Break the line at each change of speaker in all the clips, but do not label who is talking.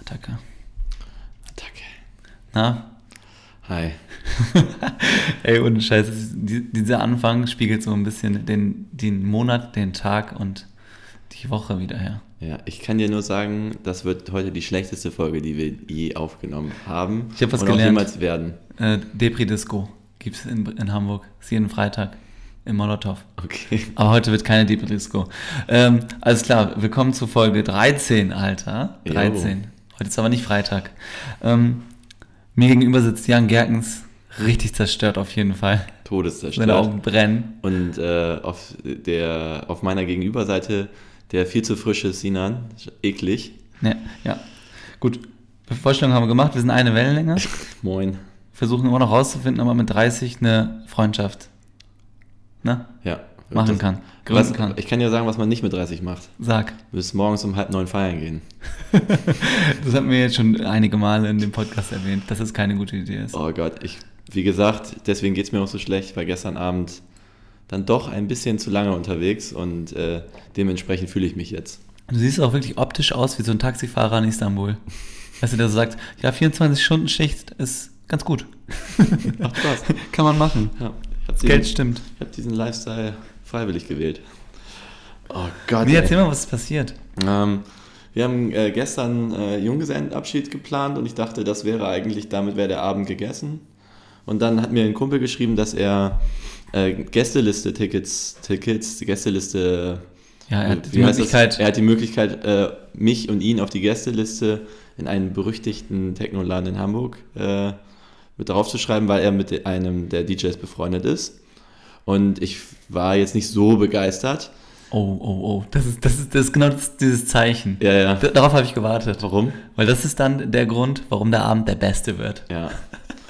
Attacke.
Attacke.
Na?
Hi.
Ey, ohne Scheiß. es ist- die- Dieser Anfang spiegelt so ein bisschen den, den Monat, den Tag und die Woche wieder her.
Ja, ich kann dir nur sagen, das wird heute die schlechteste Folge, die wir je aufgenommen haben.
Ich hab was
und
gelernt.
Auch jemals werden.
Äh, Depri-Disco gibt es in, in Hamburg. Ist jeden Freitag im Molotow.
Okay.
Aber heute wird keine Depri-Disco. Ähm, alles klar, willkommen zu Folge 13, Alter.
Jo.
13. Heute ist aber nicht Freitag. Ähm, mir gegenüber sitzt Jan Gerkens. Richtig zerstört auf jeden Fall. Seine
Todeszerstört.
Augen brennen.
Und äh, auf, der, auf meiner Gegenüberseite der viel zu frische Sinan. Eklig.
Ja, ja. Gut, Vorstellung haben wir gemacht. Wir sind eine Wellenlänge.
Moin.
Versuchen immer noch rauszufinden, ob man mit 30 eine Freundschaft ne?
Ja.
machen
Das-
kann. Gründen
Was,
kann.
Ich kann dir sagen, was man nicht mit 30 macht.
Sag.
Bis morgens um halb neun feiern gehen.
Das haben wir jetzt schon einige Male in dem Podcast erwähnt, dass es keine gute Idee ist.
Oh Gott, ich, wie gesagt, deswegen geht es mir auch so schlecht, weil gestern Abend dann doch ein bisschen zu lange unterwegs und äh, dementsprechend fühle ich mich jetzt.
Du siehst auch wirklich optisch aus wie so ein Taxifahrer in Istanbul. Weißt du, der so sagt, ja, 24-Stunden-Schicht ist ganz gut.
Macht Spaß.
Kann man machen.
Ja, ich habe
Das Geld
diesen,
stimmt.
ich hab diesen Lifestyle freiwillig gewählt. Oh Gott.
Nee,
ey.
erzähl mal, was ist passiert.
Ähm, wir haben äh, gestern äh, Junggesellenabschied geplant und ich dachte, das wäre eigentlich, damit wäre der Abend gegessen. Und dann hat mir ein Kumpel geschrieben, dass er äh, Gästeliste-Tickets, Tickets, die Gästeliste
Ja, er hat die
Wie heißt das?
Möglichkeit.
Er hat die Möglichkeit, äh, mich und ihn auf die Gästeliste in einen berüchtigten Technoladen in Hamburg äh, mit draufzuschreiben, weil er mit einem der DJs befreundet ist. Und ich war jetzt nicht so begeistert.
Oh, oh, oh. Das ist, das ist, das ist genau das, dieses Zeichen.
Ja, ja.
D- Darauf habe ich gewartet.
Warum?
Weil das ist dann der Grund, warum der Abend der beste wird.
Ja.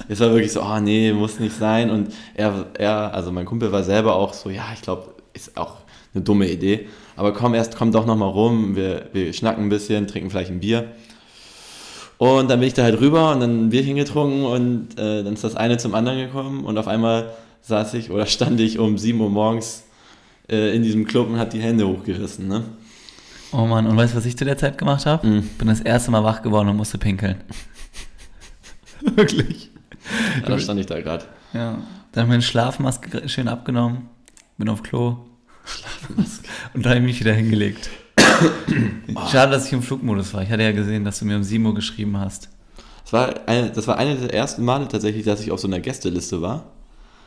Es war wirklich so, ah nee, muss nicht sein. Und er, er, also mein Kumpel war selber auch so, ja, ich glaube, ist auch eine dumme Idee. Aber komm erst, komm doch nochmal rum, wir, wir schnacken ein bisschen, trinken vielleicht ein Bier. Und dann bin ich da halt rüber und dann ein Bierchen getrunken und äh, dann ist das eine zum anderen gekommen und auf einmal saß ich oder stand ich um 7 Uhr morgens äh, in diesem Club und hab die Hände hochgerissen, ne?
Oh Mann, und weißt du, was ich zu der Zeit gemacht habe?
Mhm.
Bin das erste Mal wach geworden und musste pinkeln. Wirklich?
Ja, da stand ich da gerade.
Ja. Dann hab ich meine Schlafmaske gr- schön abgenommen, bin auf Klo. Schlafmaske. Und dann habe ich mich wieder hingelegt.
Oh.
Schade, dass ich im Flugmodus war. Ich hatte ja gesehen, dass du mir um 7 Uhr geschrieben hast.
Das war, eine, das war eine der ersten Male tatsächlich, dass ich auf so einer Gästeliste war.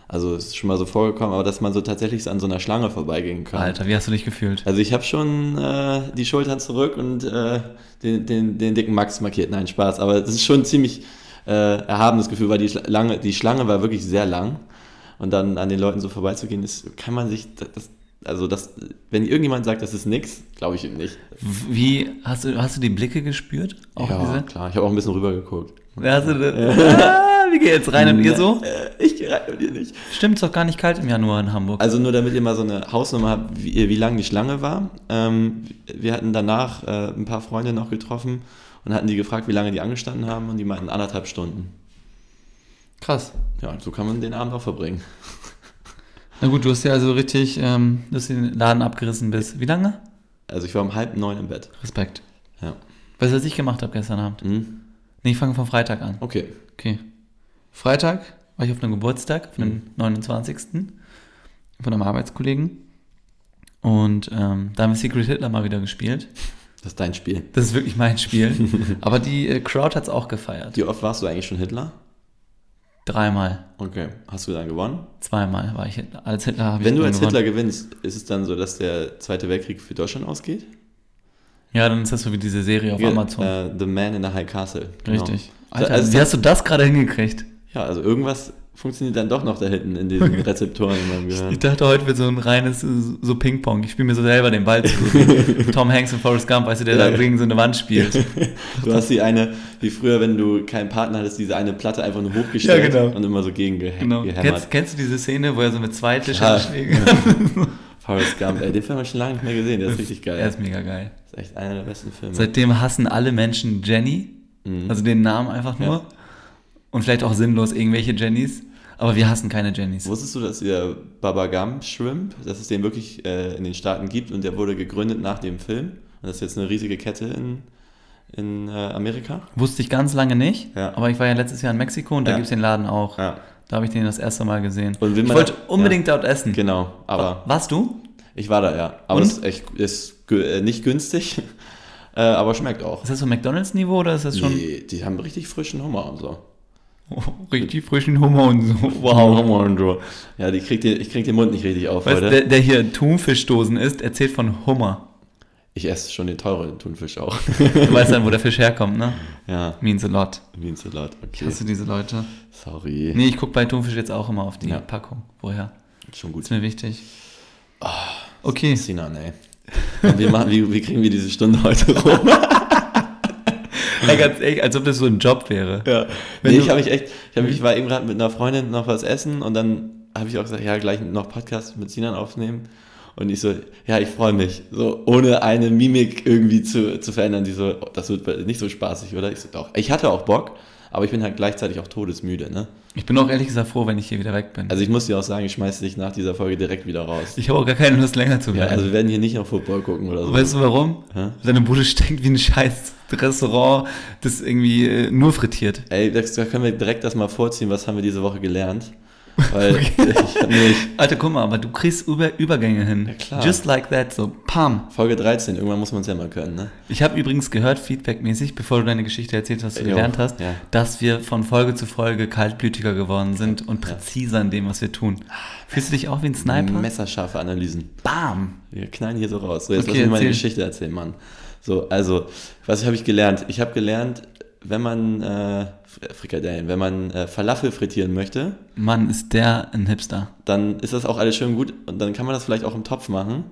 Also es ist schon mal so vorgekommen, aber dass man so tatsächlich an so einer Schlange vorbeigehen kann.
Alter, wie hast du dich gefühlt?
Also ich habe schon äh, die Schultern zurück und äh, den, den, den dicken Max markiert. Nein, Spaß. Aber das ist schon ein ziemlich äh, erhabenes Gefühl, weil die, Schla- lange, die Schlange war wirklich sehr lang. Und dann an den Leuten so vorbeizugehen, das kann man sich, das, also das, wenn irgendjemand sagt, das ist nix, glaube ich ihm nicht.
Wie, hast du, hast du die Blicke gespürt? Auch
ja,
diese?
klar. Ich habe auch ein bisschen rübergeguckt.
Ja, hast du ah, wie geht's rein und ihr so?
Äh, ich rein und ihr nicht.
Stimmt's doch gar nicht kalt im Januar in Hamburg.
Also nur damit ihr mal so eine Hausnummer habt, wie, wie lang die Schlange war. Ähm, wir hatten danach äh, ein paar Freunde noch getroffen und hatten die gefragt, wie lange die angestanden haben und die meinten anderthalb Stunden.
krass.
Ja, und so kann man den Abend auch verbringen.
Na gut, du hast ja also richtig, ähm, du hast den Laden abgerissen bis. Wie lange?
Also ich war um halb neun im Bett.
Respekt.
Ja.
Weißt du, was ich gemacht habe gestern Abend?
Hm?
Nee, ich fange von Freitag an.
Okay.
Okay. Freitag war ich auf einem Geburtstag, auf einem 29. von einem Arbeitskollegen. Und ähm, da haben wir Secret Hitler mal wieder gespielt.
Das ist dein Spiel.
Das ist wirklich mein Spiel. Aber die äh, Crowd hat's auch gefeiert.
Wie oft warst du eigentlich schon Hitler?
Dreimal.
Okay. Hast du dann gewonnen?
Zweimal war ich Hitler. Als Hitler habe ich
Wenn du
dann
als
gewonnen.
Hitler gewinnst, ist es dann so, dass der Zweite Weltkrieg für Deutschland ausgeht?
Ja, dann ist das so wie diese Serie auf
Ja,
Amazon.
Äh, The Man in the High Castle. Genau.
Richtig.
Also,
Alter,
also
wie hast du das gerade hingekriegt?
Ja, also irgendwas funktioniert dann doch noch da hinten in diesen Rezeptoren in meinem Gehirn.
Ich dachte, heute wird so ein reines äh, so Ping-Pong. Ich spiele mir so selber den Ball zu. So wie Tom Hanks und Forrest Gump, weißt du, der
Ja.
da gegen so eine Wand spielt.
Du hast die eine, wie früher, wenn du keinen Partner hattest, diese eine Platte einfach nur hochgestellt
Ja, genau.
und immer so gegen geha-
Genau.
gehämmert.
Kennst, kennst du diese Szene, wo er so mit zwei
Klar.
Tischen schlägt? Ja.
Forrest Gump, ey, den Film habe ich schon lange nicht mehr gesehen, der ist richtig geil.
Er ist mega geil.
das ist echt einer der besten Filme.
Seitdem hassen alle Menschen Jenny.
Mhm.
Also den Namen einfach nur. Und vielleicht auch sinnlos irgendwelche Jennys. Aber wir hassen keine Jennys.
Wusstest du, dass der Baba Gump Shrimp, dass es den wirklich äh, in den Staaten gibt und der wurde gegründet nach dem Film? Und das ist jetzt eine riesige Kette in, in äh, Amerika.
Wusste ich ganz lange nicht,
Ja.
aber ich war ja letztes Jahr in Mexiko und da
Ja.
gibt es den Laden auch.
Ja.
Da habe ich den das erste Mal gesehen.
Und Also will
ich
man-
wollte
ja.
unbedingt dort essen.
Genau, aber
Warst du?
ich war da, ja. Aber
Und?
es ist echt ist gü- äh, nicht günstig, äh, aber schmeckt auch.
Ist das so McDonalds-Niveau oder ist das schon
Die, die haben richtig frischen Hummer und so.
richtig frischen Hummer und so?
Hummer und so. Ja, die kriegt den, ich krieg den Mund nicht richtig auf
Weißt, du,
heute.
der, der hier Thunfischdosen isst, erzählt von Hummer.
Ich esse schon den teuren Thunfisch auch.
Du weißt dann, wo der Fisch herkommt, ne?
ja,
Means a lot.
wie ein Salat. Okay,
Hast du diese Leute?
sorry.
Nee, ich gucke bei Thunfisch jetzt auch immer auf die
Ja.
Packung. Woher?
Schon gut.
Ist mir wichtig.
Ah,
Okay.
Sinan, ey. Und wie, machen, wie, wie kriegen wir diese Stunde heute rum?
Ey, ganz ehrlich, als ob das so ein Job wäre.
ja.
Wenn du-
nee,
Mhm.
ich habe mich echt, ich, hab, ich war eben gerade mit einer Freundin noch was essen und dann habe ich auch gesagt, ja, gleich noch Podcast mit Sinan aufnehmen. Und ich so, ja, ich freue mich. So, ohne eine Mimik irgendwie zu, zu verändern. Die so, oh, das wird nicht so spaßig, oder? Ich so, doch. Ich hatte auch Bock, aber ich bin halt gleichzeitig auch todesmüde, ne?
Ich bin auch ehrlich gesagt froh, wenn ich hier wieder weg bin.
Also ich muss dir auch sagen, ich schmeiße dich nach dieser Folge direkt wieder raus.
ich habe auch gar keine Lust, länger zu
Ja,
bleiben.
also wir werden hier nicht noch Football gucken oder so.
weißt du warum?
Hä?
Seine Bude stinkt wie ein scheiß Restaurant, das irgendwie äh, nur frittiert.
Ey, das da können wir direkt das mal vorziehen, was haben wir diese Woche gelernt? Weil ich hab nämlich
Alter, guck mal, aber du kriegst Über Übergänge hin.
klar.
Just like that, so pam.
Folge 13, irgendwann muss man es ja mal können, ne?
Ich habe übrigens gehört, feedbackmäßig, bevor du deine Geschichte erzählt hast, was du
Jo,
gelernt hast,
ja.
dass wir von Folge zu Folge kaltblütiger geworden sind und präziser in dem, was wir tun.
Ah,
Fühlst du dich auch wie ein Sniper?
Mm, Messerscharfe Analysen.
Bam!
Wir knallen hier so raus. So, jetzt
Okay,
lass mich meine
erzähl.
Geschichte erzählen, Mann. So, also, was habe ich gelernt? Ich habe gelernt, wenn man äh, Fr- Frikadellen, wenn man äh, Falafel frittieren möchte,
Mann, ist der ein Hipster.
dann ist das auch alles schön gut und dann kann man das vielleicht auch im Topf machen.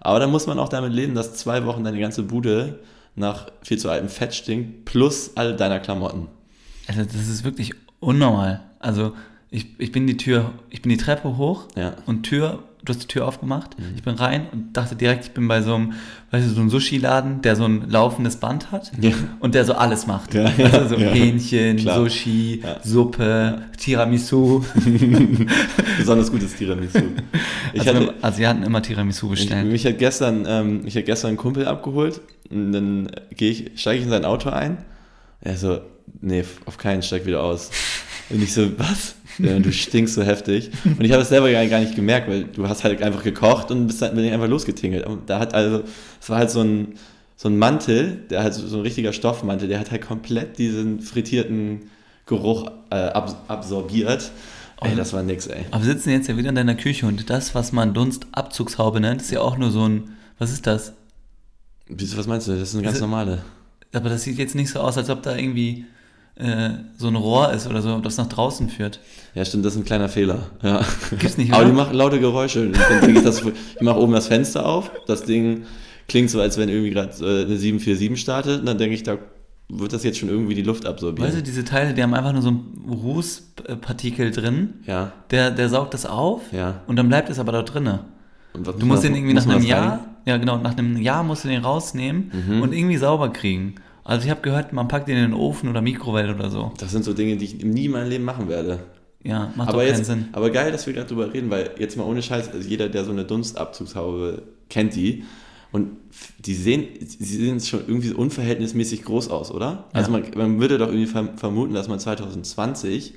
Aber dann muss man auch damit leben, dass zwei Wochen deine ganze Bude nach viel zu altem Fett stinkt, plus all deiner Klamotten.
Also, das ist wirklich unnormal. Also, ich, ich bin die Tür, ich bin die Treppe hoch
Ja.
und Tür, du hast die Tür aufgemacht.
Mhm.
Ich bin rein und dachte direkt, ich bin bei so einem, weißt du, so einem Sushi-Laden, der so ein laufendes Band hat
Ja.
und der so alles macht.
Ja,
also so
ja, ja.
Hähnchen,
Klar.
Sushi,
Ja.
Suppe, Tiramisu.
Besonders gutes Tiramisu. Ich
also
hatte,
wir Asiaten immer Tiramisu
ich,
bestellen.
mich hat gestern, ähm, ich hat gestern einen Kumpel abgeholt und dann gehe ich, steige ich in sein Auto ein. Er so, nee, auf keinen steig wieder aus. Und ich so, was? Ja, du stinkst so heftig. Und ich habe es selber gar gar nicht gemerkt, weil du hast halt einfach gekocht und bist dann, bin ich einfach losgetingelt. Und da hat also, es war halt so ein, so ein Mantel, der halt so so ein richtiger Stoffmantel, der hat halt komplett diesen frittierten Geruch äh, abs- absorbiert. Ey, das war nix, ey.
Aber wir sitzen jetzt ja wieder in deiner Küche und das, was man Dunstabzugshaube nennt, ist ja auch nur so ein, was ist das?
Wieso, was meinst du? Das ist eine ganz
Diese-
normale.
Aber das sieht jetzt nicht so aus, als ob da irgendwie äh, so ein Rohr ist oder so, das nach draußen führt.
Ja, stimmt, das ist ein kleiner Fehler. Ja.
Gibt's nicht,
Aber
oder?
die macht laute Geräusche. Und Dann denk ich, das, ich mache oben das Fenster auf. Das Ding klingt so, als wenn irgendwie gerade äh, eine 747 startet. Und dann denke ich, da wird das jetzt schon irgendwie die Luft absorbieren.
Weißt du, diese Teile, die haben einfach nur so ein Rußpartikel drin,
ja,
der, der saugt das auf
ja.
und dann bleibt es aber da drinne.
Und was
Du
muss
musst
man-
den irgendwie
muss
nach
man
einem
das
Jahr,
rein- Mhm.
ja genau, nach einem Jahr musst du den rausnehmen und irgendwie sauber kriegen. Also ich habe gehört, man packt den in den Ofen oder Mikrowelle oder so.
Das sind so Dinge, die ich nie in meinem Leben machen werde.
Ja, macht
Aber,
doch keinen
jetzt,
Sinn.
aber geil, dass wir gerade drüber reden, weil jetzt mal ohne Scheiß, also jeder, der so eine Dunstabzugshaube kennt, die. Und die sehen, sie sehen schon irgendwie so unverhältnismäßig groß aus, oder? Also man, man würde doch irgendwie verm- vermuten, dass man 2020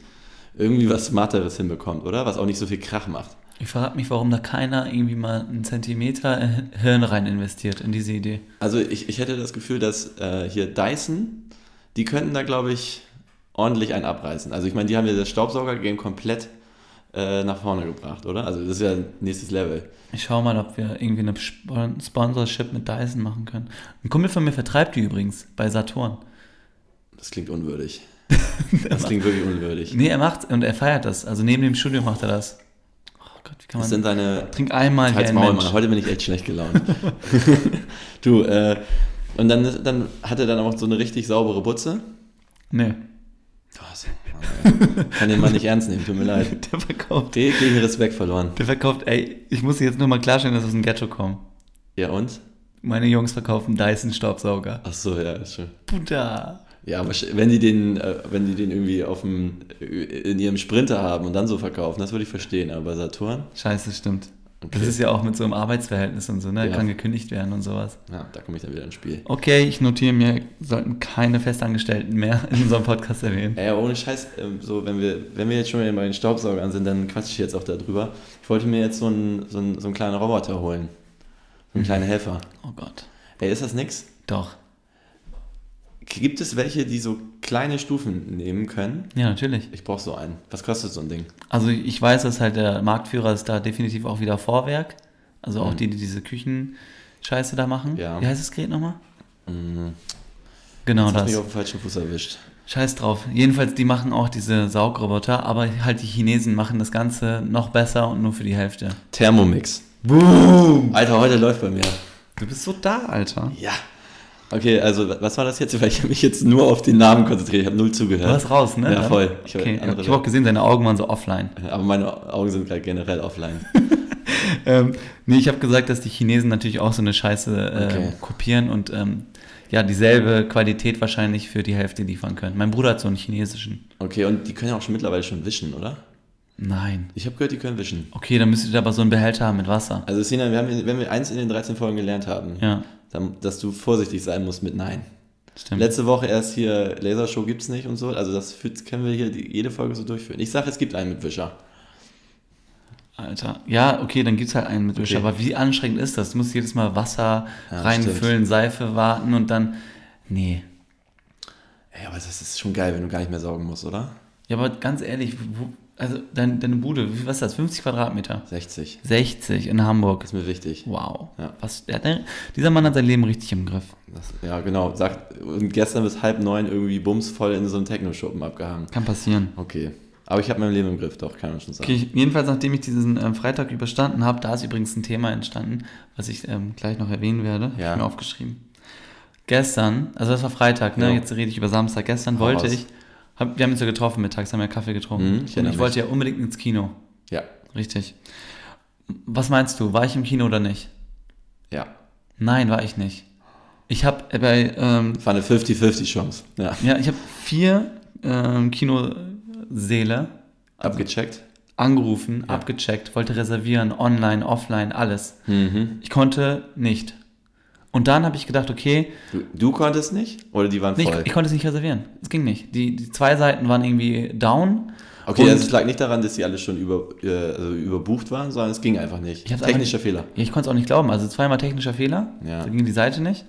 irgendwie was Smarteres hinbekommt, oder? Was auch nicht so viel Krach macht.
Ich frage mich, warum da keiner irgendwie mal einen Zentimeter äh, Hirn rein investiert in diese Idee.
Also ich, ich hätte das Gefühl, dass äh, hier Dyson, die könnten da, glaube ich, ordentlich einen abreißen. Also ich meine, die haben ja das Staubsauger-Game komplett äh, nach vorne gebracht, oder? Also das ist ja nächstes Level.
Ich schau mal, ob wir irgendwie eine Sp- Sponsorship mit Dyson machen können. Ein Kumpel von mir vertreibt die übrigens bei Saturn.
Das klingt unwürdig. Das klingt wirklich unwürdig.
Nee, er macht's und er feiert das. Also neben dem Studium macht er das. Oh Gott, wie kann
Was
man...
sind deine.
Trink einmal wie
Halt's
ein
Maul,
Mensch.
Mann. Heute bin ich echt schlecht gelaunt. du, äh, und dann, dann hat er dann auch so eine richtig saubere Butze.
Nee. Oh,
Was? Mann, ey. Kann den Mann nicht ernst nehmen, tut mir leid.
Der verkauft.
Jeglichen Respekt verloren.
Der verkauft, ey, ich muss jetzt nur mal klarstellen, dass es ein Ghetto kommt.
Ja, und?
Meine Jungs verkaufen Dyson-Staubsauger.
Ach so, ja, ist schön.
Puta.
Ja, aber sch- wenn die den, äh, wenn die den irgendwie auf äh, dem, in ihrem Sprinter haben und dann so verkaufen, das würde ich verstehen. Aber bei Saturn?
Scheiße, stimmt. Das ist ja auch mit so einem Arbeitsverhältnis und so, ne?
Ja.
Kann gekündigt werden und sowas.
Ja, da komme ich dann wieder ins Spiel.
Okay, ich notiere mir, sollten keine Festangestellten mehr in unserem Podcast erwähnen.
Ey, aber ohne Scheiß, ähm, so wenn wir, wenn wir jetzt schon wieder bei den Staubsaugern sind, dann quatsche ich jetzt auch darüber. Ich wollte mir jetzt so einen, so einen, so einen kleinen Roboter holen. So einen kleinen Helfer.
Oh Gott.
Ey, ist das nix?
Doch.
Gibt es welche, die so kleine Stufen nehmen können?
Ja, natürlich.
Ich brauche so einen. Was kostet so ein Ding?
Also ich weiß, dass halt der Marktführer ist da definitiv auch wieder Vorwerk. Also auch die, die diese Küchenscheiße da machen.
Mhm. Ja.
Wie heißt das Gerät nochmal?
Mhm.
Genau
Jetzt hast du mich
das.
auf den falschen Fuß erwischt.
Scheiß drauf. Jedenfalls, die machen auch diese Saugroboter, aber halt die Chinesen machen das Ganze noch besser und nur für die Hälfte.
Thermomix.
Boom!
Alter, heute läuft bei mir.
Du bist so da, Alter.
Ja. Okay, also wa- was war das jetzt? Weil ich habe mich jetzt nur auf den Namen konzentriert. Ich habe null
Du
zugehört.
warst raus, ne?
Ja,
Dann-
voll. Ich
Ich
hab
okay.
andere-
Ich habe auch gesehen, deine Augen waren so offline.
Aber meine Augen sind gerade generell offline.
Ähm, nee, ich habe gesagt, dass die Chinesen natürlich auch so eine Scheiße ähm,
Okay.
kopieren und ähm, ja, dieselbe Qualität wahrscheinlich für die Hälfte liefern können. Mein Bruder hat so einen chinesischen.
Okay, und die können ja auch schon mittlerweile schon wischen, oder?
Nein.
Ich habe gehört, die können wischen.
Okay, dann müsstet ihr aber so einen Behälter haben mit Wasser.
Also Sinan, wir haben, wenn wir eins in den 13 Folgen gelernt haben,
Ja,
dann, dass du vorsichtig sein musst mit Nein.
stimmt.
Letzte Woche erst hier Lasershow gibt's nicht und so. Also das führt- können wir hier die, jede Folge so durchführen. Ich sage, es gibt einen mit Wischer.
Alter. Ja, okay, dann gibt's halt einen mit Wischer.
Okay.
Aber wie anstrengend ist das? Du musst jedes Mal Wasser
Ja,
reinfüllen, Seife warten und dann. Nee.
Ey, aber das ist schon geil, wenn du gar nicht mehr saugen musst, oder?
Ja, aber ganz ehrlich, wo, also dein, deine Bude, wie, was ist das? 50 Quadratmeter?
60.
60 in Hamburg.
Das ist mir wichtig.
Wow.
Ja.
Was, der, hat ein- dieser Mann hat sein Leben richtig im Griff.
Das, ja, genau. Sagt, und gestern bis halb neun irgendwie bumsvoll in so einem Techno-Schuppen abgehangen.
Kann passieren.
Okay. Aber ich habe mein Leben im Griff, doch, kann man schon sagen.
Okay, ich, jedenfalls, nachdem ich diesen ähm, Freitag überstanden habe, da ist übrigens ein Thema entstanden, was ich ähm, gleich noch erwähnen werde. Hab
Ja.
Ich mir aufgeschrieben. Gestern, also das war Freitag, ne?
Ja.
Jetzt rede ich über Samstag. Gestern
Hau
wollte
raus.
ich, hab, wir haben uns ja getroffen mittags, haben ja Kaffee getrunken.
Mhm, ich
und
erinnere
ich
mich.
wollte ja unbedingt ins Kino.
Ja,
Richtig. Was meinst du? War ich im Kino oder nicht?
ja.
Nein, war ich nicht. Ich habe bei ähm,
War eine 50-50-Chance. Ja.
Ja, ich habe vier ähm, Kinoseele
Abgecheckt.
angerufen,
Ja.
abgecheckt, wollte reservieren, online, offline, alles.
Mhm.
Ich konnte nicht. Und dann habe ich gedacht, okay,
Du, du konntest nicht? Oder die waren
nee,
voll?
ich, ich konnte es nicht reservieren. Es ging nicht. Die, die zwei Seiten waren irgendwie down.
okay,
und-
also es lag nicht daran, dass die alle schon über, äh, also überbucht waren, sondern es ging einfach nicht.
Ich hab's
Technischer Fehler.
Ja, ich konnte es auch nicht glauben. Also zweimal technischer Fehler,
Ja.
da ging die Seite nicht.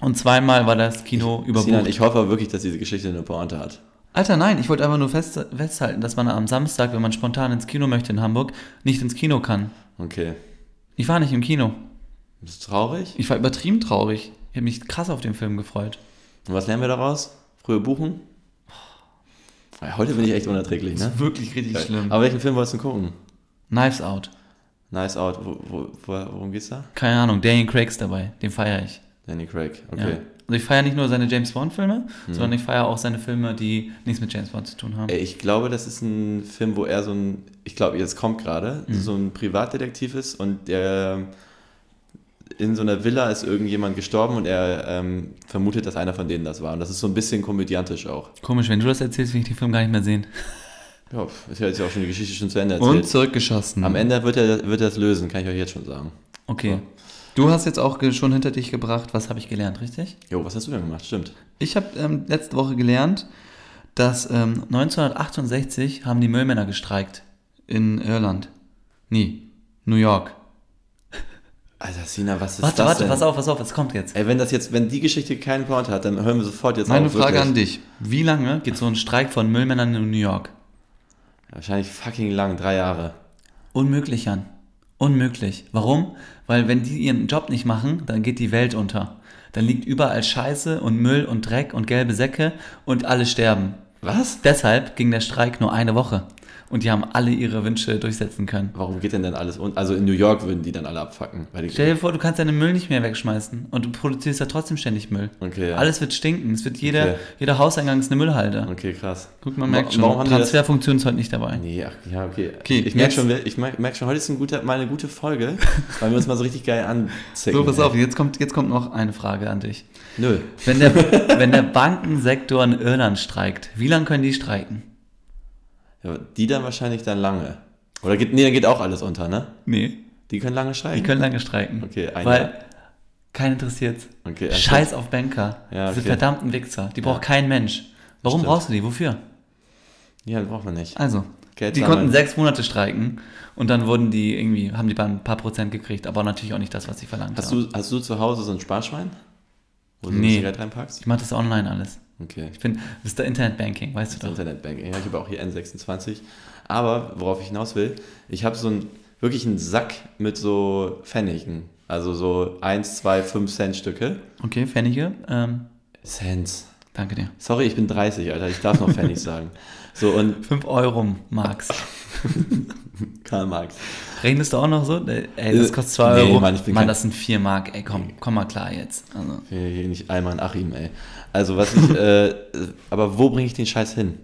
Und zweimal war das Kino überbucht.
Sinan, ich hoffe wirklich, dass diese Geschichte eine Pointe hat.
Alter, nein, ich wollte einfach nur fest, festhalten, dass man am Samstag, wenn man spontan ins Kino möchte in Hamburg, nicht ins Kino kann.
Okay.
Ich war nicht im Kino.
Bist du traurig?
Ich war übertrieben traurig. Ich habe mich krass auf den Film gefreut.
Und was lernen wir daraus? Frühe buchen? Ja, Heute bin ich echt unerträglich, ne?
wirklich richtig
Aber welchen Film wolltest du gucken?
Knives Out.
Nice Out. Wo, wo, wo, worum geht's da?
Keine Ahnung, Daniel Craig ist dabei. Den feiere ich.
Danny Craig.
Ja.
Okay. Mhm.
Also ich feiere nicht nur seine James Bond-Filme, sondern ich feiere auch seine Filme, die nichts mit James Bond zu tun haben.
Ey, Äh, ich glaube, das ist ein Film, wo er so ein, ich glaube, jetzt kommt gerade,
Mhm.
so ein Privatdetektiv ist und der in so einer Villa ist irgendjemand gestorben und er ähm, vermutet, dass einer von denen das war. Und das ist so ein bisschen komödiantisch auch.
Komisch, wenn du das erzählst, will ich den Film gar nicht mehr sehen.
Ja, pf, ist ja jetzt auch schon die Geschichte schon zu Ende
Und
erzählt.
zurückgeschossen.
Am Ende wird er, wird er es lösen, kann ich euch jetzt schon sagen.
Okay. Du hast jetzt auch ge- schon hinter dich gebracht, was habe ich gelernt, richtig?
Jo, was hast du denn gemacht? Stimmt.
Ich habe ähm, letzte Woche gelernt, dass ähm, 1968 haben die Müllmänner gestreikt in Irland. Nee, New York.
Alter, Sina, was ist
Warte,
das
warte,
denn?
pass auf, pass auf, es kommt jetzt.
Ey, wenn das jetzt, wenn die Geschichte keinen Point hat, dann hören wir sofort jetzt
Meine
auf.
Frage
wirklich.
an dich. Wie lange geht so ein Streik von Müllmännern in New York?
Wahrscheinlich fucking lang, drei Jahre.
Unmöglich an. Unmöglich. Warum? Weil wenn die ihren Job nicht machen, dann geht die Welt unter. Dann liegt überall Scheiße und Müll und Dreck und gelbe Säcke und alle sterben.
Was?
Deshalb ging der Streik nur eine Woche. Und die haben alle ihre Wünsche durchsetzen können.
Warum geht denn dann alles unten? Also in New York würden die dann alle abfacken. Weil die
Stell dir vor, du kannst deinen Müll nicht mehr wegschmeißen und du produzierst ja trotzdem ständig Müll.
okay, ja.
Alles wird stinken. Es wird jeder,
Okay.
jeder Hauseingang ist eine Müllhalde.
okay, krass.
Guck, man merkt
Wa-
schon,
Warum haben die das?
Transferfunktion ist heute nicht dabei.
Nee, ach, ja, okay.
Okay,
ich
jetzt-
merke schon, ich merk, merk schon, heute ist ein guter, mal eine gute Folge, weil wir uns mal so richtig geil anzicken.
So, pass auf, jetzt kommt, jetzt kommt noch eine Frage an dich.
Nö.
Wenn der, wenn der Bankensektor in Irland streikt, wie lange können die streiken?
Ja, die dann wahrscheinlich dann lange. Oder geht, nee, dann geht auch alles unter, ne?
Nee.
Die können lange
Die
streiken.
können lange streiken.
Okay, ein
weil
Jahr.
keinen interessiert's.
Okay, also-
Scheiß auf Banker.
Ja,
Diese
okay.
verdammten Wichser. Die braucht
Ja.
kein Mensch. Warum
Stimmt.
brauchst du die? Wofür?
Ja, braucht man nicht.
Also,
Geld
die
sammeln.
konnten sechs Monate streiken und dann wurden die irgendwie, haben die bei ein paar Prozent gekriegt, aber natürlich auch nicht das, was sie verlangt
Hast
haben.
du, hast du zu Hause so ein Sparschwein? Wo du
Nee.
ein Zigarette reinpackst?
Ich mache das online alles.
Okay.
Ich bin, das ist der Internetbanking, weißt du
Das
doch.
Internetbanking. Ja, ich habe auch hier N26. Aber worauf ich hinaus will, ich habe so einen, wirklich einen Sack mit so Pfennigen. Also so 1, 2, 5 Cent Stücke.
Okay, Pfennige, ähm,
Cents.
danke dir.
Sorry, ich bin 30, Alter. Ich darf noch Pfennig sagen. So, und
5 Euro, Max.
Karl Marx.
Rechnest du auch noch so? Ey, das
Äh,
kostet 2
nee,
Euro.
Mann, ich bin
Mann,
kein-
das sind 4 Mark. Ey, komm, komm mal klar jetzt. Also,
Hier, hier nicht einmal ein Achim, ey. Also was ich, äh, aber wo bringe ich den Scheiß hin?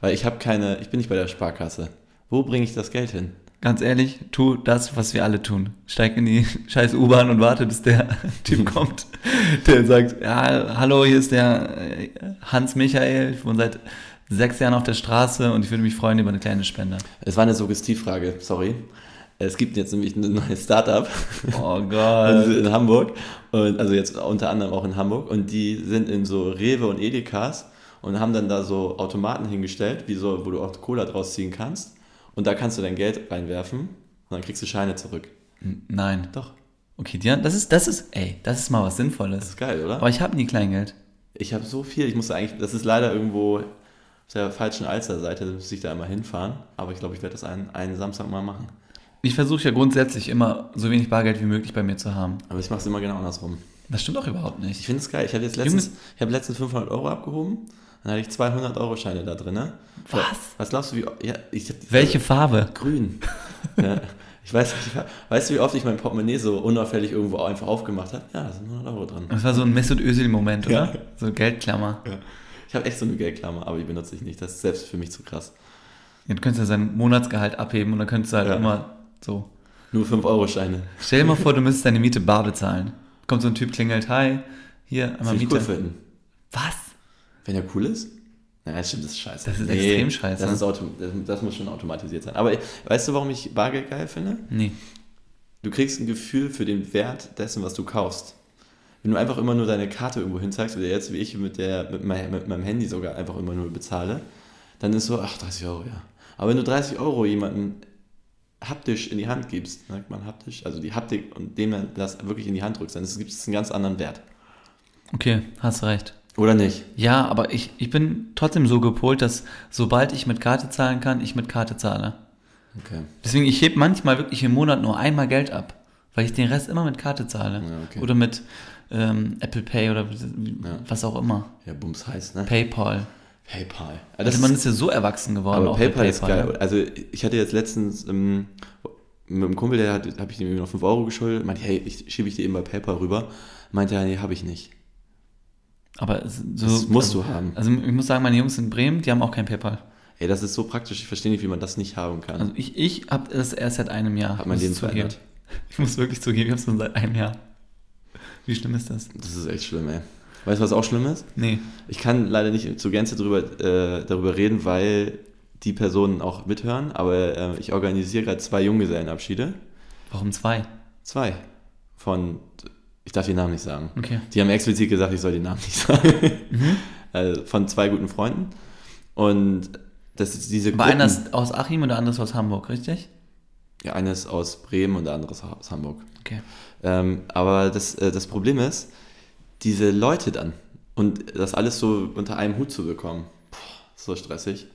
Weil ich habe keine, ich bin nicht bei der Sparkasse. Wo bringe ich das Geld hin?
ganz ehrlich, tu das, was wir alle tun. Steig in die scheiß U-Bahn und warte, bis der Typ kommt, der sagt, ja, hallo, hier ist der äh, Hans Michael. Ich wohne seit sechs Jahren auf der Straße und ich würde mich freuen über eine kleine Spende.
Es war eine Suggestivfrage, sorry. Es gibt jetzt nämlich ein neues Startup
Oh
also
Gott.
in Hamburg, und, also jetzt unter anderem auch in Hamburg, und die sind in so Rewe und Edekas und haben dann da so Automaten hingestellt, wie so, wo du auch Cola draus ziehen kannst. Und da kannst du dein Geld reinwerfen und dann kriegst du Scheine zurück.
Nein.
Doch,
Okay, Dian, das ist, das ist, ey, das ist mal was
das
Sinnvolles.
ist geil, oder?
Aber ich habe nie Kleingeld.
Ich habe so viel, ich musste eigentlich, das ist leider irgendwo auf der falschen Alsterseite, da müsste ich da einmal hinfahren, aber ich glaube, ich werde das einen, einen Samstag mal machen.
Ich versuche ja grundsätzlich immer so wenig Bargeld wie möglich bei mir zu haben.
Aber ich mache es immer genau andersrum.
Das stimmt doch überhaupt
Ich
nicht.
finde es geil, ich habe jetzt letztens, ich habe letztens 500 Euro abgehoben, dann hatte ich 200 Euro Scheine da drin. Ne?
Was?
Was glaubst du, wie, ja, ich hab, also,
Welche Farbe?
Grün. ja, ich weiß nicht, ich- weißt du, wie oft ich mein Portemonnaie so unauffällig irgendwo einfach aufgemacht habe? Ja, da sind 100 Euro drin.
Das war so ein Mesut Özil-Moment, oder?
Ja.
So Geldklammer.
Ich habe echt so eine Geldklammer, aber die benutze ich nicht, das ist selbst für mich zu krass.
Dann könntest du sein Monatsgehalt abheben und dann könntest du halt
Ja.
immer so.
Nur 5 Euro Scheine.
Stell dir mal vor, du müsstest deine Miete bar bezahlen. Kommt so ein Typ, klingelt, hi, hier, einmal
Finde ich
Miete.
cool finden.
Was?
Wenn der cool ist? Naja, stimmt, das ist scheiße.
Das ist extrem scheiße.
Das, ist autom das, das muss schon automatisiert sein. Aber weißt du, warum ich Bargeld geil finde?
Nee.
Du kriegst ein Gefühl für den Wert dessen, was du kaufst. Wenn du einfach immer nur deine Karte irgendwo hinzeigst, oder jetzt wie ich mit, der, mit, mein, mit meinem Handy sogar einfach immer nur bezahle, dann ist so, ach, 30 Euro, ja. Aber wenn du 30 Euro jemandem haptisch in die Hand gibst, sagt man haptisch, also die Haptik und dem dann das wirklich in die Hand drückst, dann ist- gibt es einen ganz anderen Wert.
Okay, hast recht.
Oder nicht?
Ja, aber ich, ich bin trotzdem so gepolt, dass sobald ich mit Karte zahlen kann, ich mit Karte zahle.
Okay.
Deswegen, ich heb manchmal wirklich im Monat nur einmal Geld ab, weil ich den Rest immer mit Karte zahle.
Ja, okay.
Oder mit ähm, Apple Pay oder wie-
Ja.
was auch immer.
Ja, Bums heiß, ne?
PayPal.
PayPal.
also man ist ja so erwachsen geworden.
Aber
auch mit
PayPal, ist geil.
ne?
Also ich hatte jetzt letztens ähm, mit einem Kumpel, der hat, habe ich ihm noch 5 Euro geschuldet, meinte, hey, ich schiebe ich dir eben bei PayPal rüber. Meinte er, nee, habe ich nicht.
Aber es- so,
Das musst
also,
du haben.
Also ich muss sagen, meine Jungs in Bremen, die haben auch kein PayPal.
Ey, das ist so praktisch, ich verstehe nicht, wie man das nicht haben kann.
Also ich, ich habe das erst seit einem Jahr.
Hat mein
muss ich
Leben
zugeben.
verändert.
Ich muss wirklich zugeben, ich habe es seit einem Jahr. Wie schlimm ist das?
Das ist echt schlimm, ey. Weißt du, was auch schlimm ist?
Nee.
Ich kann leider nicht zur Gänze drüber, äh, darüber reden, weil die Personen auch mithören, aber äh, ich organisiere gerade zwei Junggesellenabschiede.
Warum zwei?
Zwei. Von, ich darf den Namen nicht sagen.
Okay.
Die haben explizit gesagt, ich soll den Namen nicht sagen.
Mhm.
Also von zwei guten Freunden. Und das ist diese
Aber einer
Gruppen-
ist aus Achim und der andere ist aus Hamburg, richtig?
ja, einer ist aus Bremen und der andere ist aus Hamburg.
Okay.
Ähm, aber das, äh, das Problem ist, diese Leute dann und das alles so unter einem Hut zu bekommen, Puh, so stressig.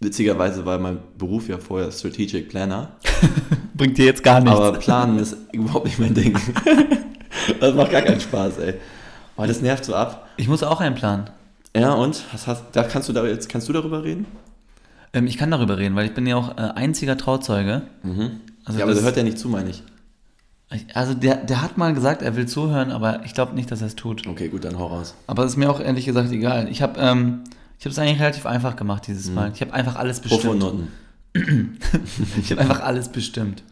Witzigerweise war mein Beruf ja vorher Strategic Planner,
Bringt dir jetzt gar nichts.
aber Planen ist überhaupt nicht mein Ding. das macht gar keinen Spaß, ey. Aber das nervt so ab.
ich muss auch einen Plan.
Ja, und? Was hast, da kannst du da jetzt kannst du darüber reden?
Ähm, ich kann darüber reden, weil ich bin ja auch äh, einziger Trauzeuge. Also,
Mhm. ja, aber
das,
das hört er nicht zu, meine ich.
ich- also der, der hat mal gesagt, er will zuhören, aber ich glaube nicht, dass er es tut.
Okay, gut, dann hau raus.
Aber es ist mir auch ehrlich gesagt egal. Ich habe ähm, ich es eigentlich relativ einfach gemacht dieses Mal. Ich habe einfach alles
Prof und
bestimmt.
Noten.
Ich habe einfach alles bestimmt.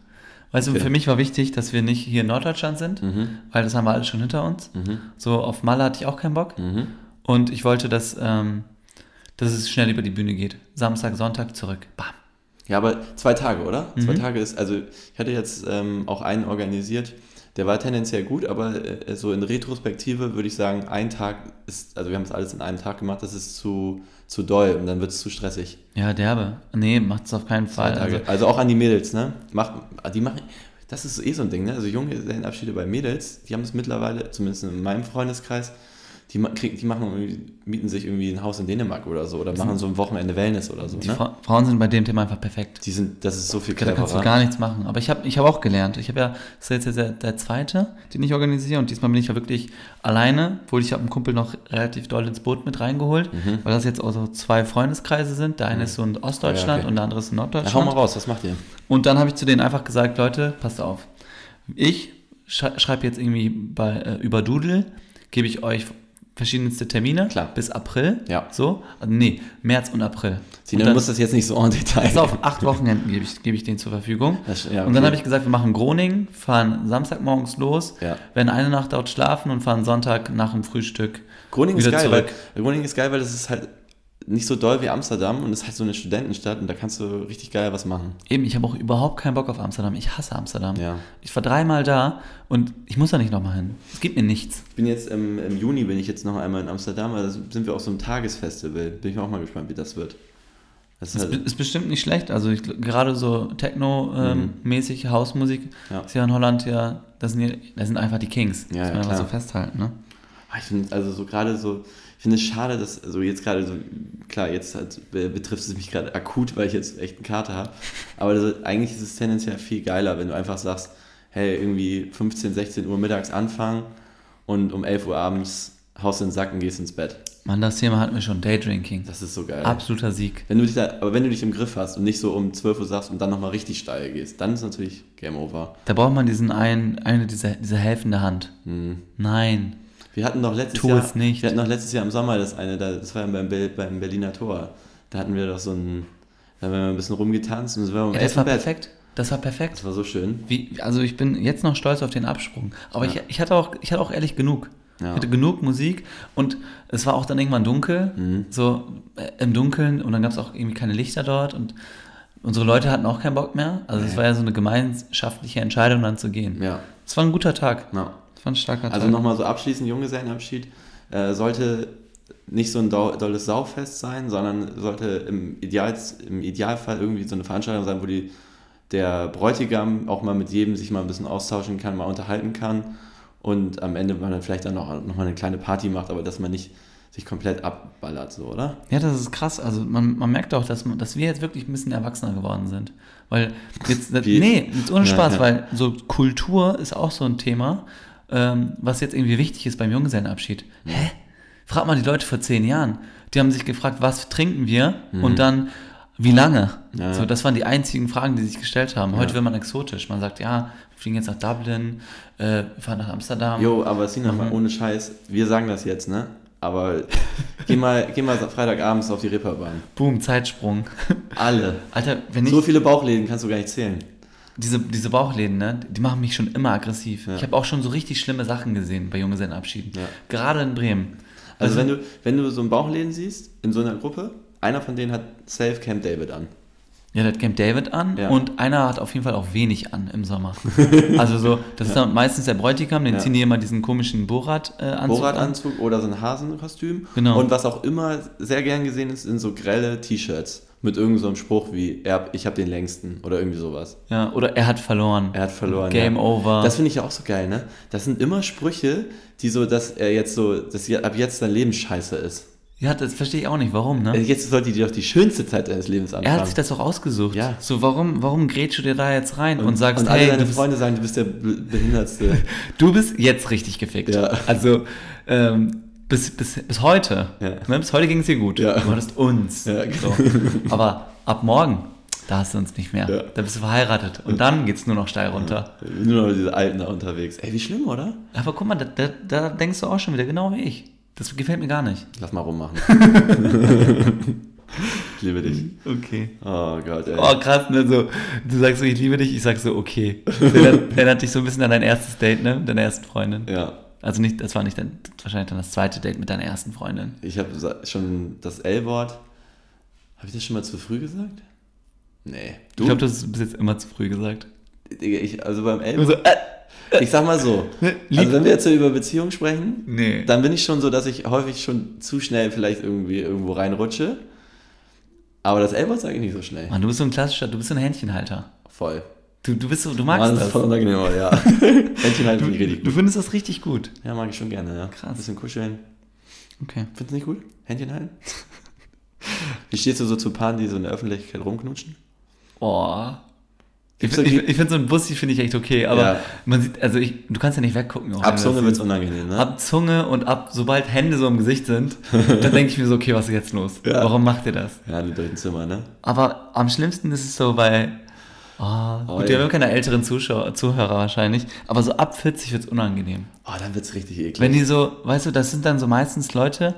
Weißt du,
Okay. Mhm.
für mich war wichtig, dass wir nicht hier in Norddeutschland sind, weil das haben wir alles schon hinter uns. So auf Malle hatte ich auch keinen
Mhm.
Bock. Und ich wollte, dass, ähm, dass es schnell über die Bühne geht. Samstag, Sonntag zurück. Bam.
Ja, aber zwei Tage, oder? Zwei Tage ist, also ich hatte jetzt ähm, auch einen organisiert, der war tendenziell gut, aber äh, so in Retrospektive würde ich sagen, ein Tag ist, also wir haben es alles in einem Tag gemacht, das ist zu, zu doll und dann wird es zu stressig.
Ja, derbe. Nee, macht's auf keinen Fall.
Also,
Also,
also auch an die Mädels, ne? Macht, die machen, das ist eh so ein Ding, ne? Also Junggesellenabschiede bei Mädels, die haben es mittlerweile, zumindest in meinem Freundeskreis, die, ma- kriegen, die machen, irgendwie- mieten sich irgendwie ein Haus in Dänemark oder so oder machen so ein Wochenende Wellness oder so,
Mhm. die
ne?
Fra Frauen sind bei dem Thema einfach perfekt.
Die sind, das ist so viel
Ja, da kannst du
cleverer.
gar nichts machen. Aber ich habe ich hab auch gelernt. Ich habe ja, das ist jetzt ja der, der zweite, den ich organisiere. Und diesmal bin ich ja wirklich alleine, obwohl ich habe einen Kumpel noch relativ doll ins Boot mit reingeholt,
Mhm.
weil das jetzt auch so zwei Freundeskreise sind. Der eine ist so in Ostdeutschland
Ja, okay.
und der andere ist in
Ja, hau
Norddeutschland.
mal raus, was macht ihr?
Und dann habe ich zu denen einfach gesagt, Leute, passt auf. Ich sch- schreibe jetzt irgendwie bei, äh, über Doodle, gebe ich euch verschiedenste Termine
Klar.
bis April.
Ja.
So, also nee, März und April.
Sie
und
dann, muss das jetzt nicht so en Detail.
Pass auf, acht Wochenenden gebe ich, gebe ich denen zur Verfügung.
Das- ja,
Und dann
okay.
habe ich gesagt, wir machen Groningen, fahren Samstagmorgens los,
Ja.
werden eine Nacht dort schlafen und fahren Sonntag nach dem Frühstück
Groningen ist
wieder
geil,
zurück.
weil Groningen ist geil, weil das ist halt nicht so doll wie Amsterdam und es ist halt so eine Studentenstadt und da kannst du richtig geil was machen.
Eben, ich habe auch überhaupt keinen Bock auf Amsterdam. Ich hasse Amsterdam.
Ja.
Ich war dreimal da und ich muss da nicht nochmal hin. Es gibt mir nichts.
Ich bin jetzt im, im Juni bin ich jetzt noch einmal in Amsterdam, also sind wir auf so einem Tagesfestival. Bin ich auch mal gespannt, wie das wird. Das ist
Ist,
halt,
ist bestimmt nicht schlecht. Also ich, gl- gerade so Techno-mäßig, Hausmusik
Mhm. Ja.
ist ja in Holland ja, das sind, ja, das sind einfach die Kings.
Ja,
das
ja,
man einfach
klar.
so festhalten. Ne?
Ah, ich finde also so gerade so, ich finde es schade, dass also jetzt gerade so klar jetzt hat, äh, betrifft es mich gerade akut, weil ich jetzt echt einen Kater habe. Aber das, eigentlich ist es tendenziell viel geiler, wenn du einfach sagst, hey irgendwie 15, 16 Uhr mittags anfangen und um 11 Uhr abends haust in den Sack und gehst ins Bett.
Mann, das Thema hatten wir schon. Daydrinking.
Das ist so geil.
Absoluter Sieg.
Wenn du dich da, aber wenn du dich im Griff hast und nicht so um 12 Uhr sagst und dann nochmal richtig steil gehst, dann ist natürlich Game Over.
Da braucht man diesen einen, eine dieser, diese helfende Hand. Nein.
Hm. Wir hatten doch letztes
Tu
Jahr,
es nicht.
wir hatten doch letztes Jahr im Sommer das eine, da- das war ja beim, Bel- beim Berliner Tor. Da hatten wir doch so ein, da haben wir ein bisschen rumgetanzt und es war um
Ja,
elf
das
Uhr
war
im Bett.
perfekt. Das war perfekt.
Das war so schön.
Wie, also ich bin jetzt noch stolz auf den Absprung. Aber ich, ich, hatte auch, ich hatte auch ehrlich genug.
Ja.
Ich hatte genug Musik und es war auch dann irgendwann dunkel.
Mhm.
So äh, im Dunkeln und dann gab es auch irgendwie keine Lichter dort und unsere Leute hatten auch keinen Bock mehr. Also es war ja so eine gemeinschaftliche Entscheidung, dann zu gehen.
Ja.
Es war ein guter Tag.
ja.
Es war ein starker
Also
Tag.
nochmal so abschließend, Junggesellenabschied äh, sollte nicht so ein dau- dolles Saufest sein, sondern sollte im, Ideal, im Idealfall irgendwie so eine Veranstaltung sein, wo die, der Bräutigam auch mal mit jedem sich mal ein bisschen austauschen kann, mal unterhalten kann und am Ende man dann vielleicht dann noch, noch mal eine kleine Party macht, aber dass man nicht sich komplett abballert, so, oder?
Ja, das ist krass. Also man, man merkt auch, dass, man, dass wir jetzt wirklich ein bisschen erwachsener geworden sind. Weil jetzt,
Wie?
nee, jetzt ohne
Ja,
Spaß,
ja.
weil so Kultur ist auch so ein Thema, ähm, was jetzt irgendwie wichtig ist beim Junggesellenabschied. Hä? Frag mal die Leute vor zehn Jahren. Die haben sich gefragt, was trinken wir und dann wie lange?
Mhm. Ja.
So, das waren die einzigen Fragen, die sich gestellt haben. Heute wird man exotisch. Man sagt, ja, wir fliegen jetzt nach Dublin, äh, wir fahren nach Amsterdam.
Jo, aber Sina, mal ohne Scheiß, wir sagen das jetzt, ne? Aber geh mal, geh mal Freitagabends auf die Ripperbahn.
Boom, Zeitsprung.
Alle.
Alter, wenn ich.
So viele Bauchläden kannst du gar nicht zählen.
Diese, diese Bauchläden, ne, die machen mich schon immer aggressiv. Ich habe auch schon so richtig schlimme Sachen gesehen bei Junggesellenabschieden.
Ja.
Gerade in Bremen. Mhm.
Also wenn du, wenn du so einen Bauchläden siehst, in so einer Gruppe, einer von denen hat Safe Camp David an.
Ja, das Camp David an
Ja.
und einer hat auf jeden Fall auch wenig an im Sommer. also so, das ist dann meistens der Bräutigam, den
Ja.
ziehen die immer diesen komischen Borat-Anzug an.
Vorratanzug oder so ein Hasenkostüm.
Genau.
Und was auch immer sehr gern gesehen ist, sind so grelle T-Shirts mit irgendeinem so einem Spruch wie er, ich habe den längsten oder irgendwie sowas.
Ja, oder er hat verloren.
Er hat verloren.
Game
ja.
over.
Das finde ich ja auch so geil, ne? Das sind immer Sprüche, die so, dass er jetzt so, dass je- ab jetzt sein Leben scheiße ist.
ja, das verstehe ich auch nicht, warum, ne?
Also Jetzt sollte die doch die schönste Zeit deines Lebens
er
anfangen.
hat sich das auch ausgesucht.
Ja.
So, warum, warum grätschst du dir da jetzt rein und, sagst,
und alle
hey,
deine
du bist
Freunde sagen, du bist der Be- Behindertste.
Du bist jetzt richtig gefickt.
Ja.
Also ähm, bis, bis, bis heute.
Ja.
Ne, bis heute ging es dir gut.
Ja.
Du hattest uns.
Ja.
So. Aber ab morgen, da hast du uns nicht mehr.
Ja.
Da bist du verheiratet. Und dann geht es nur noch steil runter.
Nur noch diese Alten da unterwegs. Ey, wie schlimm, oder?
Aber guck mal, da, da, da denkst du auch schon wieder genau wie ich. Das gefällt mir gar nicht.
Lass mal rummachen. ich liebe dich.
Okay.
Oh Gott, ey.
Mhm. Oh, krass, ne? So, du sagst so, ich liebe dich, ich sag so, okay. Das erinnert, erinnert dich so ein bisschen an dein erstes Date, ne? Mit deiner ersten Freundin.
Ja,
Also nicht, das war nicht dein, wahrscheinlich dann das zweite Date mit deiner ersten Freundin.
ich habe schon das L-Wort. Habe ich das schon mal zu früh gesagt? Nee.
Ich glaube, das ist bis jetzt immer zu früh gesagt.
Digga, ich, also beim
Immer
Elf.
so, äh,
Ich sag mal so.
lieb-
Also wenn wir jetzt so über Beziehungen sprechen,
nee.
dann bin ich schon so, dass ich häufig schon zu schnell vielleicht irgendwie irgendwo reinrutsche. Aber das Elfer sage ich nicht so schnell.
Mann, du bist so ein klassischer, du bist so ein Händchenhalter.
Voll.
Du, du bist so, du magst
Mann, das ist
das.
voll unangenehm, aber ja. Händchen halt
Du,
finde ich richtig
du
gut.
findest das richtig gut.
Ja, mag ich schon gerne, ja.
Krass.
Bisschen kuscheln.
Okay.
Findest du nicht gut? Händchen halten? Wie stehst du so zu Paaren, die so in der Öffentlichkeit rumknutschen? Oh.
Boah. Ich,
Gibt's
find- ich,
irgendwie-
ich finde so ein Bussi finde ich echt okay, aber
Ja.
man sieht, also ich, du kannst ja nicht weggucken. auch wenn
Ab
du
Zunge
das
wird's
siehst.
unangenehm, ne?
Ab Zunge und ab, sobald Hände so im Gesicht sind, dann denke ich mir so, okay, was ist jetzt los?
Ja.
Warum macht ihr das?
Ja, du durch Zimmer, ne?
Aber am schlimmsten ist es so bei, oh,
Oh,
gut, wir
ey.
haben keine älteren Zuschauer, Zuhörer wahrscheinlich, aber so ab 40 wird es unangenehm.
Oh, dann wird's richtig
Wenn
eklig.
die so, weißt du, das sind dann so meistens Leute,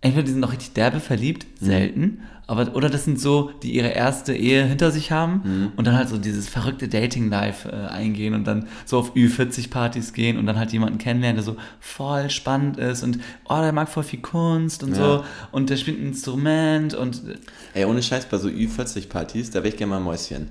entweder die sind noch richtig derbe verliebt,
Mhm.
selten, aber oder das sind so, die ihre erste Ehe hinter sich haben
Mhm.
und dann halt so dieses verrückte Dating-Life äh, eingehen und dann so auf Ü40-Partys gehen und dann halt jemanden kennenlernen, der so voll spannend ist und oh, der mag voll viel Kunst und
Ja.
so und der spielt ein Instrument und
Ey, ohne Scheiß, bei so Ü40-Partys, da wäre ich gerne mal ein Mäuschen.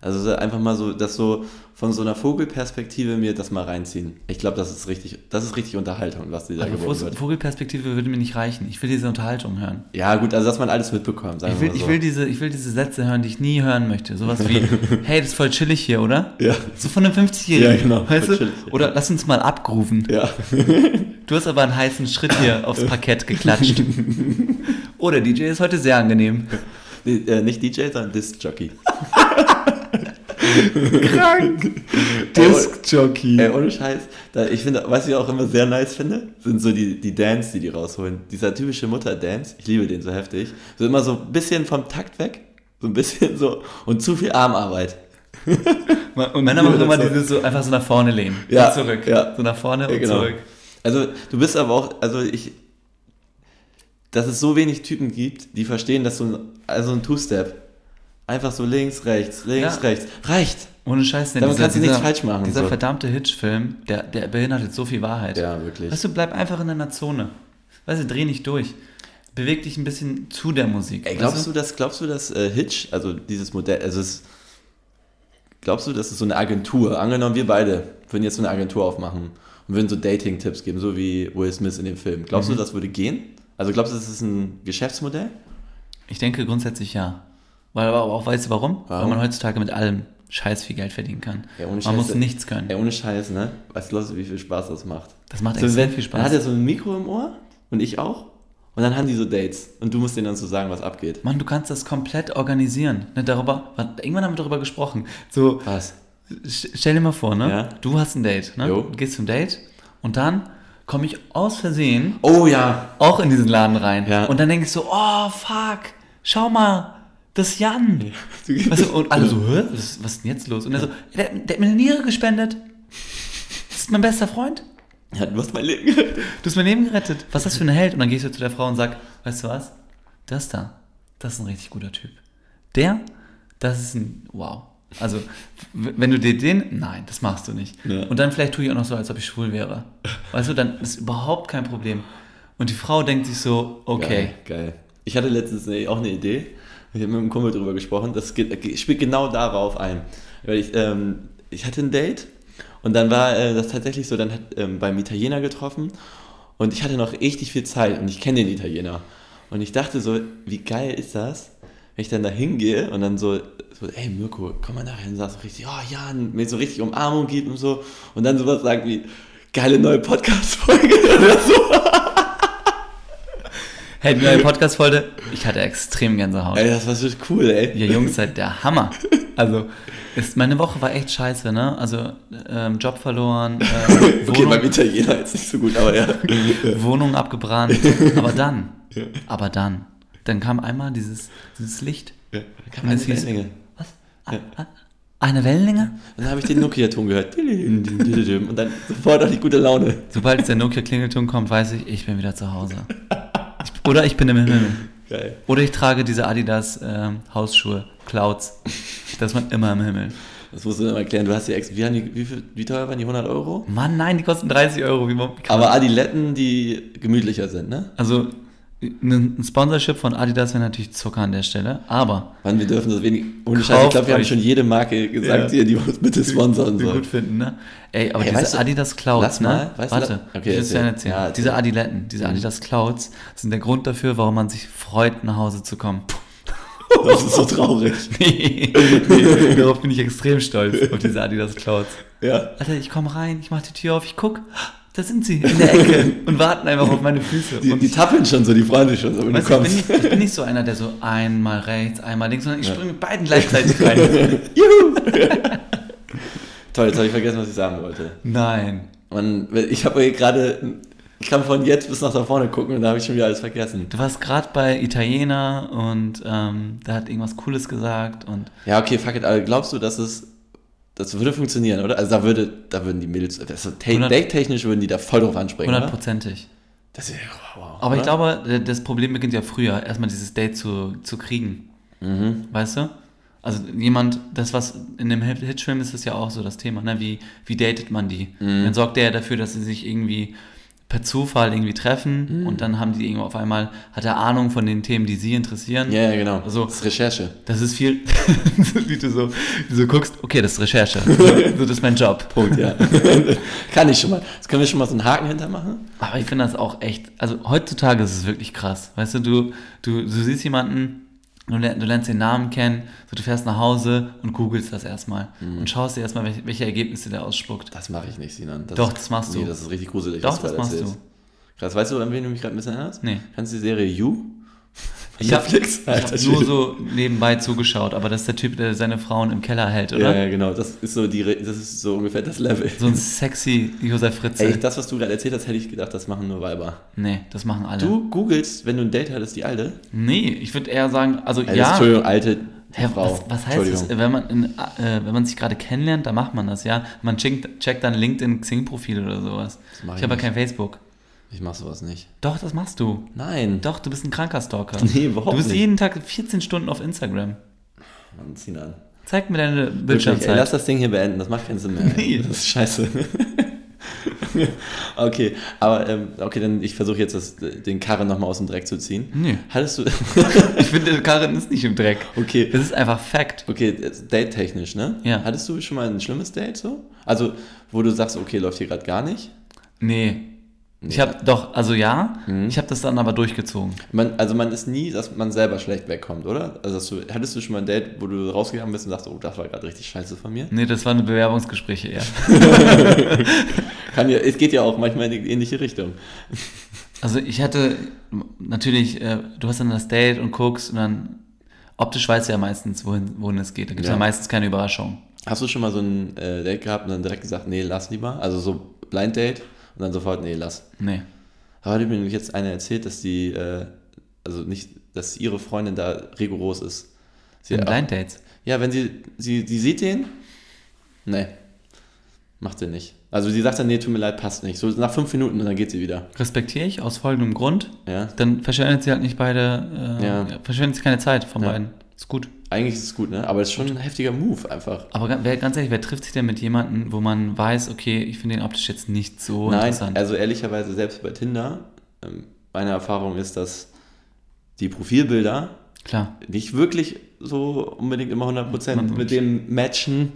Also so einfach mal so, das so von so einer Vogelperspektive mir das mal reinziehen. Ich glaube, das ist richtig, das ist richtig Unterhaltung, was dir da
also
geboten
Vogel-
wird.
Vogelperspektive würde mir nicht reichen. Ich will diese Unterhaltung hören.
Ja, gut, also dass man alles mitbekommt, sagen
Ich will,
wir mal so.
ich, will diese, ich will diese Sätze hören, die ich nie hören möchte. Sowas wie, hey, das ist voll chillig hier, oder?
Ja.
So von einem 50-Jährigen.
Ja, genau,
Weißt
voll
du?
chillig, ja.
Oder lass uns mal abgrooven.
ja.
Du hast aber einen heißen Schritt hier aufs Parkett geklatscht. Oh, Oder DJ ist heute sehr angenehm.
Nee, äh, nicht DJ, sondern Disc-Jockey.
Krank.
Ey,
Disc-Jockey.
ohne Scheiß. Da, ich finde, was ich auch immer sehr nice finde, sind so die, die Dance, die die rausholen. Dieser typische Mutter-Dance, ich liebe den so heftig. So immer so ein bisschen vom Takt weg, so ein bisschen so und zu viel Armarbeit.
Und Männer machen immer dieses so, einfach so nach vorne lehnen.
Ja,
Und zurück.
ja.
So nach vorne
Ja,
und
genau.
zurück.
Also du bist aber auch, also ich, dass es so wenig Typen gibt, die verstehen, dass so ein, also ein Two-Step, einfach so links, rechts, links,
Ja.
rechts, reicht.
Ohne Scheiß. ne,
Damit
dieser-
kannst du nichts
dieser-
falsch machen,
Dieser
so.
verdammte Hitch-Film, der, der beinhaltet so viel Wahrheit.
Ja, wirklich.
Weißt du, bleib einfach in deiner Zone. Weißt du, dreh nicht durch. Beweg dich ein bisschen zu der Musik.
Ey, glaubst
weißt
du, dass, glaubst du, dass äh, Hitch, also dieses Modell, also es, glaubst du, dass es so eine Agentur, angenommen wir beide würden jetzt so eine Agentur aufmachen und würden so Dating-Tipps geben, so wie Will Smith in dem Film. Glaubst
Mhm.
du, das würde gehen? Also glaubst du, das ist ein Geschäftsmodell?
Ich denke grundsätzlich ja. Weil aber auch, weißt du warum?
Warum?
Weil man heutzutage mit allem scheiß viel Geld verdienen kann.
Ja, ohne
man
Scheiß.
muss nichts können.
Ey, ohne Scheiß, ne? Weißt du, wie viel Spaß das macht?
Das macht extrem
so, Also, wenn-
viel Spaß.
Dann hat er so ein Mikro im Ohr und ich auch. Und dann haben die so Dates. Und du musst denen dann so sagen, was abgeht.
Mann, du kannst das komplett organisieren. Ne, darüber, wann- irgendwann haben wir darüber gesprochen. So,
Was?
st- stell dir mal vor, ne?
Ja.
Du hast ein Date, ne?
Jo.
Du gehst zum Date und dann komme ich aus Versehen
Oh ja.
auch in diesen Laden rein.
Ja.
Und dann denke ich so, oh fuck, schau mal, das ist Jan.
Du-
Weißt du, und alle so, hä, Also, was, was ist denn jetzt los? Und er so, der, der hat mir eine Niere gespendet. Das ist mein bester Freund.
Ja, du hast mein Leben gerettet.
Du hast mein Leben gerettet. Was ist das für ein Held? Und dann gehst du zu der Frau und sagst, weißt du was? Das da, das ist ein richtig guter Typ. Der, das ist ein, wow. Also, w- wenn du dir den, nein, das machst du nicht.
Ja.
Und dann vielleicht tue ich auch noch so, als ob ich schwul wäre. Weißt du, dann ist überhaupt kein Problem. Und die Frau denkt sich so, okay,
Geil, geil. Ich hatte letztens eine, auch eine Idee. Ich habe mit einem Kumpel drüber gesprochen. Das geht, ge- spielt genau darauf ein. Weil ich, ähm, ich hatte ein Date und dann war äh, das tatsächlich so, dann hat ähm, beim Italiener getroffen und ich hatte noch richtig viel Zeit und ich kenne den Italiener. Und ich dachte so, wie geil ist das, wenn ich dann da hingehe und dann so, so ey Mirko, komm mal nachher und sagst so richtig, oh Jan, mir so richtig Umarmung gibt und so. Und dann sowas sagt wie, geile neue Podcast-Folge oder so.
hey, die neue Podcast-Folge, ich hatte extrem Gänsehaut.
Ey, das war so cool, ey.
Ihr Jungs seid der Hammer. Also, ist, meine Woche war echt scheiße, ne? Also, ähm, Job verloren, äh,
Okay,
Wohnung,
beim Italiener jetzt nicht so gut, aber ja.
Wohnung abgebrannt. Aber dann, aber dann, dann kam einmal dieses, dieses Licht.
Kann man
das hieß-
hieß Engel.
Was? Ah, Eine Wellenlänge?
Dann habe ich den Nokia-Ton gehört. Und dann sofort auch die gute Laune.
Sobald der Nokia-Klingelton kommt, weiß ich, ich bin wieder zu Hause. Ich, oder ich bin im Himmel.
Geil.
Oder ich trage diese Adidas ähm, Hausschuhe, Clouds. Das ist man immer im Himmel.
Das musst du dann erklären. Du hast die extra. Wie, haben die, wie, viel, wie teuer waren die 100 Euro?
Mann, nein, die kosten 30 Euro. Wie, wie kann man-
Aber Adiletten, die gemütlicher sind, ne?
Also, ein Sponsorship von Adidas wäre natürlich Zucker an der Stelle, aber
Mann, wir dürfen das wenig. Ohne Scheiß, ich glaube, wir haben
euch.
schon jede Marke gesagt,
Ja.
hier, die uns bitte sponsern
wir
soll.
gut finden, ne? Ey, aber
Ey,
diese
weißt du-
Adidas Clouds,
lass
ne?
mal, weißt du-
Warte,
okay,
okay, ich will es
erzähl.
ja erzählen.
Ja, erzähl. Mhm.
diese Adiletten, diese Adidas Clouds sind der Grund dafür, warum man sich freut, nach Hause zu kommen.
Das ist so traurig.
nee, nee, darauf bin ich extrem stolz, auf diese Adidas Clouds.
Ja.
Alter, ich komme rein, ich mache die Tür auf, ich guck, da sind sie in der Ecke und warten einfach auf meine Füße.
Die,
und
die tappeln schon so, die freuen sich schon so, wenn
Weißt,
du
du, ich, bin
kommst.
nicht, ich bin nicht so einer, der so einmal rechts, einmal links, sondern ich springe mit beiden gleichzeitig rein.
Toll, jetzt habe ich vergessen, was ich sagen wollte.
Nein.
Man, ich habe hier gerade, ich kann von jetzt bis nach da vorne gucken und da habe ich schon wieder alles vergessen.
Du warst gerade bei Italiener und ähm, da hat irgendwas Cooles gesagt und
Ja, okay, fuck it, aber glaubst du, dass es, das würde funktionieren, oder? Also da würde, da würden die Mädels, also te
100
date-technisch würden die da voll drauf anspringen, oder?
hundertprozentig.
Das ist ja wow.
Aber ich
oder?
glaube, äh, das Problem beginnt ja früher, erstmal dieses Date zu, zu kriegen.
Mhm.
Weißt du? Also jemand, das was in dem Hit- Hitfilm ist, ist ja auch so das Thema, ne? Wie, wie datet man die?
Mhm.
Dann sorgt der ja dafür, dass sie sich irgendwie per Zufall irgendwie treffen
Mhm.
und dann haben die irgendwo auf einmal, hat er Ahnung von den Themen, die sie interessieren.
Ja, ja, genau.
So.
Das ist Recherche.
Das ist viel, wie du so, wie du so guckst, okay, das ist Recherche. So, das ist mein Job.
Punkt, ja. kann ich schon mal. Jetzt können wir schon mal so einen Haken hintermachen.
Aber ich finde das auch echt, also heutzutage ist es wirklich krass. Weißt du, du, du, du siehst jemanden, du, lern- du lernst den Namen kennen, so, du fährst nach Hause und googelst das erstmal
Mhm.
und schaust dir erstmal, welche, welche Ergebnisse der ausspuckt.
Das mache ich nicht, Sinan. Das
Doch, das machst du.
Nee, das ist richtig gruselig.
Doch,
was du
das
gerade
machst
erzählst.
du.
Krass, weißt du, an wen du mich gerade ein bisschen erinnerst?
Nee.
Kennst du die Serie You?
Ich habe
Netflix,
hab
Alter,
nur
Schwede.
so nebenbei zugeschaut, aber das ist der Typ, der seine Frauen im Keller hält,
Ja,
oder?
ja, genau. Das ist so die, Re- das ist so ungefähr das Level.
So ein sexy Josef Fritze.
Ey, das, was du gerade erzählt hast, hätte ich gedacht, das machen nur Weiber.
nee, das machen alle.
Du googelst, wenn du ein Date hattest, die alte.
Nee, ich würde eher sagen, also
Äh,
ja.
Entschuldigung, alte
Hä,
Frau.
was, was heißt das? Wenn man, in, äh, wenn man sich gerade kennenlernt, dann macht man das, ja. Man checkt, checkt dann LinkedIn, Xing-Profil oder sowas. Ich
mach
habe
ich
aber
nicht.
kein Facebook.
Ich mach sowas nicht.
Doch, das machst du.
Nein.
Doch, du bist ein kranker Stalker.
Nee, überhaupt
Du bist
nicht.
jeden Tag 14 Stunden auf Instagram.
Mann, Sinan.
Zeig mir deine
Wirklich, ey, lass
Bildschirmzeit.
das Ding hier beenden, das macht keinen Sinn mehr.
Nee.
ey. Das ist scheiße. okay, aber ähm, okay, dann ich versuche jetzt das, den Karren nochmal aus dem Dreck zu ziehen.
Nee.
Hattest du.
Ich finde, Karin ist nicht im Dreck.
okay.
Das ist einfach Fact.
Okay, jetzt date-technisch, ne?
Ja.
Hattest du schon mal ein schlimmes Date so? Also, wo du sagst, okay, läuft hier gerade gar nicht?
Nee. Ich habe doch, also ja,
Hm?
ich habe das dann aber durchgezogen.
Man, also, man ist nie, dass man selber schlecht wegkommt, oder? Also, hast du, hattest du schon mal ein Date, wo du rausgegangen bist und sagst, oh, das war gerade richtig scheiße von mir?
Nee, das waren Bewerbungsgespräche eher.
Kann ja, es geht ja auch manchmal in die ähnliche Richtung.
Also ich hatte natürlich, äh, du hast dann das Date und guckst und dann optisch weißt du ja meistens, wohin, wohin es geht. Da gibt es
Ja.
ja. meistens keine Überraschung.
Hast du schon mal so ein äh, Date gehabt und dann direkt gesagt, nee, lass lieber? Also, so Blind Date und dann sofort, nee, lass.
Nee.
Aber hat mir nämlich jetzt eine erzählt, dass die, äh, also nicht, dass ihre Freundin da rigoros ist. Sie
Ja. Blind Dates.
Ja, wenn sie, sie, sie sieht den, nee, macht sie nicht. Also sie sagt dann, nee, tut mir leid, passt nicht. So nach fünf Minuten und dann geht sie wieder.
Respektiere ich aus folgendem Grund.
Ja,
Dann verschwendet sie halt nicht beide, äh,
Ja.
verschwendet sie keine Zeit von
Ja.
beiden. Ist gut.
eigentlich ist es gut, ne? Aber es ist schon ein heftiger Move einfach.
Aber ga- wer, ganz ehrlich, wer trifft sich denn mit jemandem, wo man weiß, okay, ich finde den optisch jetzt nicht so
Nein,
Oh, interessant?
also ehrlicherweise selbst bei Tinder, ähm, meine Erfahrung ist, dass die Profilbilder
Klar.
nicht wirklich so unbedingt immer 100%
Man-
mit dem matchen,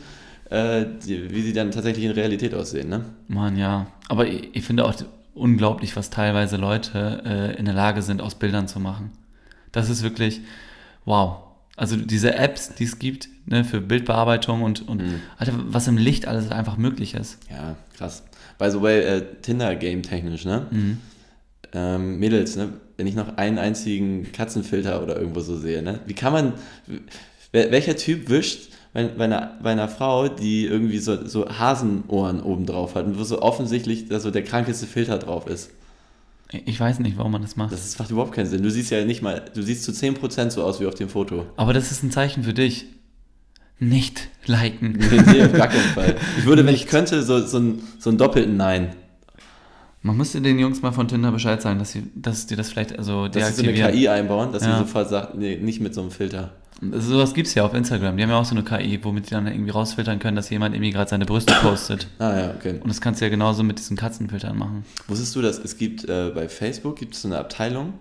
äh, die, wie sie dann tatsächlich in Realität aussehen, ne?
Mann, ja. Aber ich, ich finde auch unglaublich, was teilweise Leute äh, in der Lage sind, aus Bildern zu machen. Das ist wirklich wow. Also diese Apps, die es gibt ne, für Bildbearbeitung und, und
Mhm.
Alter, was im Licht alles einfach möglich ist.
Ja, krass. By the way, äh, Tinder-Game technisch, ne? Ähm, Mädels, ne? Wenn ich noch einen einzigen Katzenfilter oder irgendwo so sehe, ne? Wie kann man. wel- Welcher Typ wischt bei, bei, einer, bei einer Frau, die irgendwie so, so Hasenohren oben drauf hat und wo so offensichtlich da so der krankeste Filter drauf ist?
Ich weiß nicht, warum man das macht.
Das ist, macht überhaupt keinen Sinn. Du siehst ja nicht mal. Du siehst zu 10% so aus wie auf dem Foto.
Aber das ist ein Zeichen für dich. Nicht liken.
Nee, nee, auf gar keinen Fall. Ich würde, wenn ich könnte, so, so, einen, so einen doppelten Nein.
Man müsste den Jungs mal von Tinder Bescheid sagen, dass, sie, dass die das vielleicht also
Dass sie so eine
deaktivieren.
KI einbauen, dass sie
Ja.
sofort sagt, nee, nicht mit so einem Filter.
Also sowas gibt es ja auf Instagram. Die haben ja auch so eine KI, womit die dann irgendwie rausfiltern können, dass jemand irgendwie gerade seine Brüste postet.
Ah ja, okay.
Und das kannst du ja genauso mit diesen Katzenfiltern machen.
Wusstest du, dass es gibt äh, bei Facebook gibt es so eine Abteilung,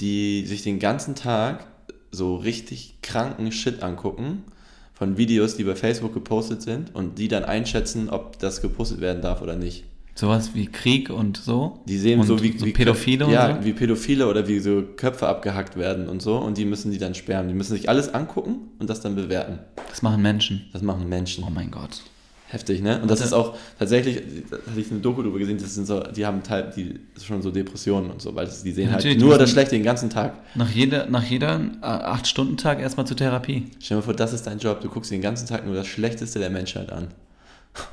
die sich den ganzen Tag so richtig kranken Shit angucken von Videos, die bei Facebook gepostet sind und die dann einschätzen, ob das gepostet werden darf oder nicht.
Sowas wie Krieg und so.
Die sehen
und
so wie, wie
Pädophile
Köpfe, ja,
und so.
wie Pädophile oder wie so Köpfe abgehackt werden und so und die müssen die dann sperren. Die müssen sich alles angucken und das dann bewerten.
Das machen Menschen.
Das machen Menschen.
Oh mein Gott.
Heftig, ne? Und das
Also-
ist auch tatsächlich, da hatte ich eine Doku drüber gesehen, das sind so, die haben teil, die schon so Depressionen und so, weil das, die sehen
Ja,
halt
natürlich,
nur
die
das
müssen-
Schlechte den ganzen Tag.
Nach jeder, nach jeder äh, 8-Stunden-Tag erstmal zur Therapie.
Stell dir mal vor, das ist dein Job. Du guckst dir den ganzen Tag nur das Schlechteste der Menschheit an.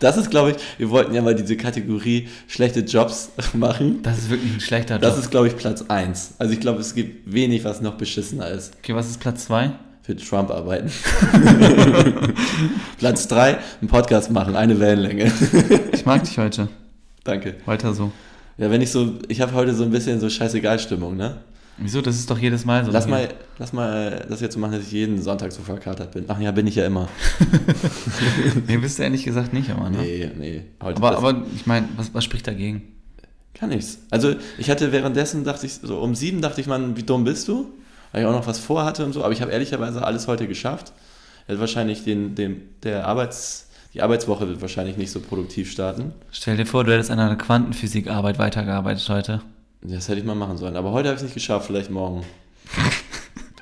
Das ist, glaube ich, wir wollten ja mal diese Kategorie schlechte Jobs machen.
Das ist wirklich ein schlechter Job.
Das ist, glaube ich, Platz 1. Also ich glaube, es gibt wenig, was noch beschissener ist.
okay, was ist Platz 2?
Für Trump arbeiten. Platz 3, einen Podcast machen, eine Wellenlänge.
Ich mag dich heute.
Danke.
Weiter so.
Ja, wenn ich so, ich habe heute so ein bisschen so scheißegal-Stimmung, ne?
Wieso? Das ist doch jedes Mal so.
Lass mal, lass mal das jetzt so machen, dass ich jeden Sonntag so verkatert bin. Ach ja, bin ich ja immer.
Nee, bist du ehrlich gesagt nicht, aber ne?
Nee, nee. Heute
aber,
das-
aber ich meine, was, was spricht dagegen?
Kann nichts. Also ich hatte währenddessen, dachte ich, so um sieben dachte ich, Mann, wie dumm bist du? Weil ich auch noch was vorhatte und so, aber ich habe ehrlicherweise alles heute geschafft. Wird wahrscheinlich den, den, der Arbeits, die Arbeitswoche wird wahrscheinlich nicht so produktiv starten.
Stell dir vor, du hättest an einer Quantenphysikarbeit weitergearbeitet heute.
Das hätte ich mal machen sollen. Aber heute habe ich es nicht geschafft, vielleicht morgen.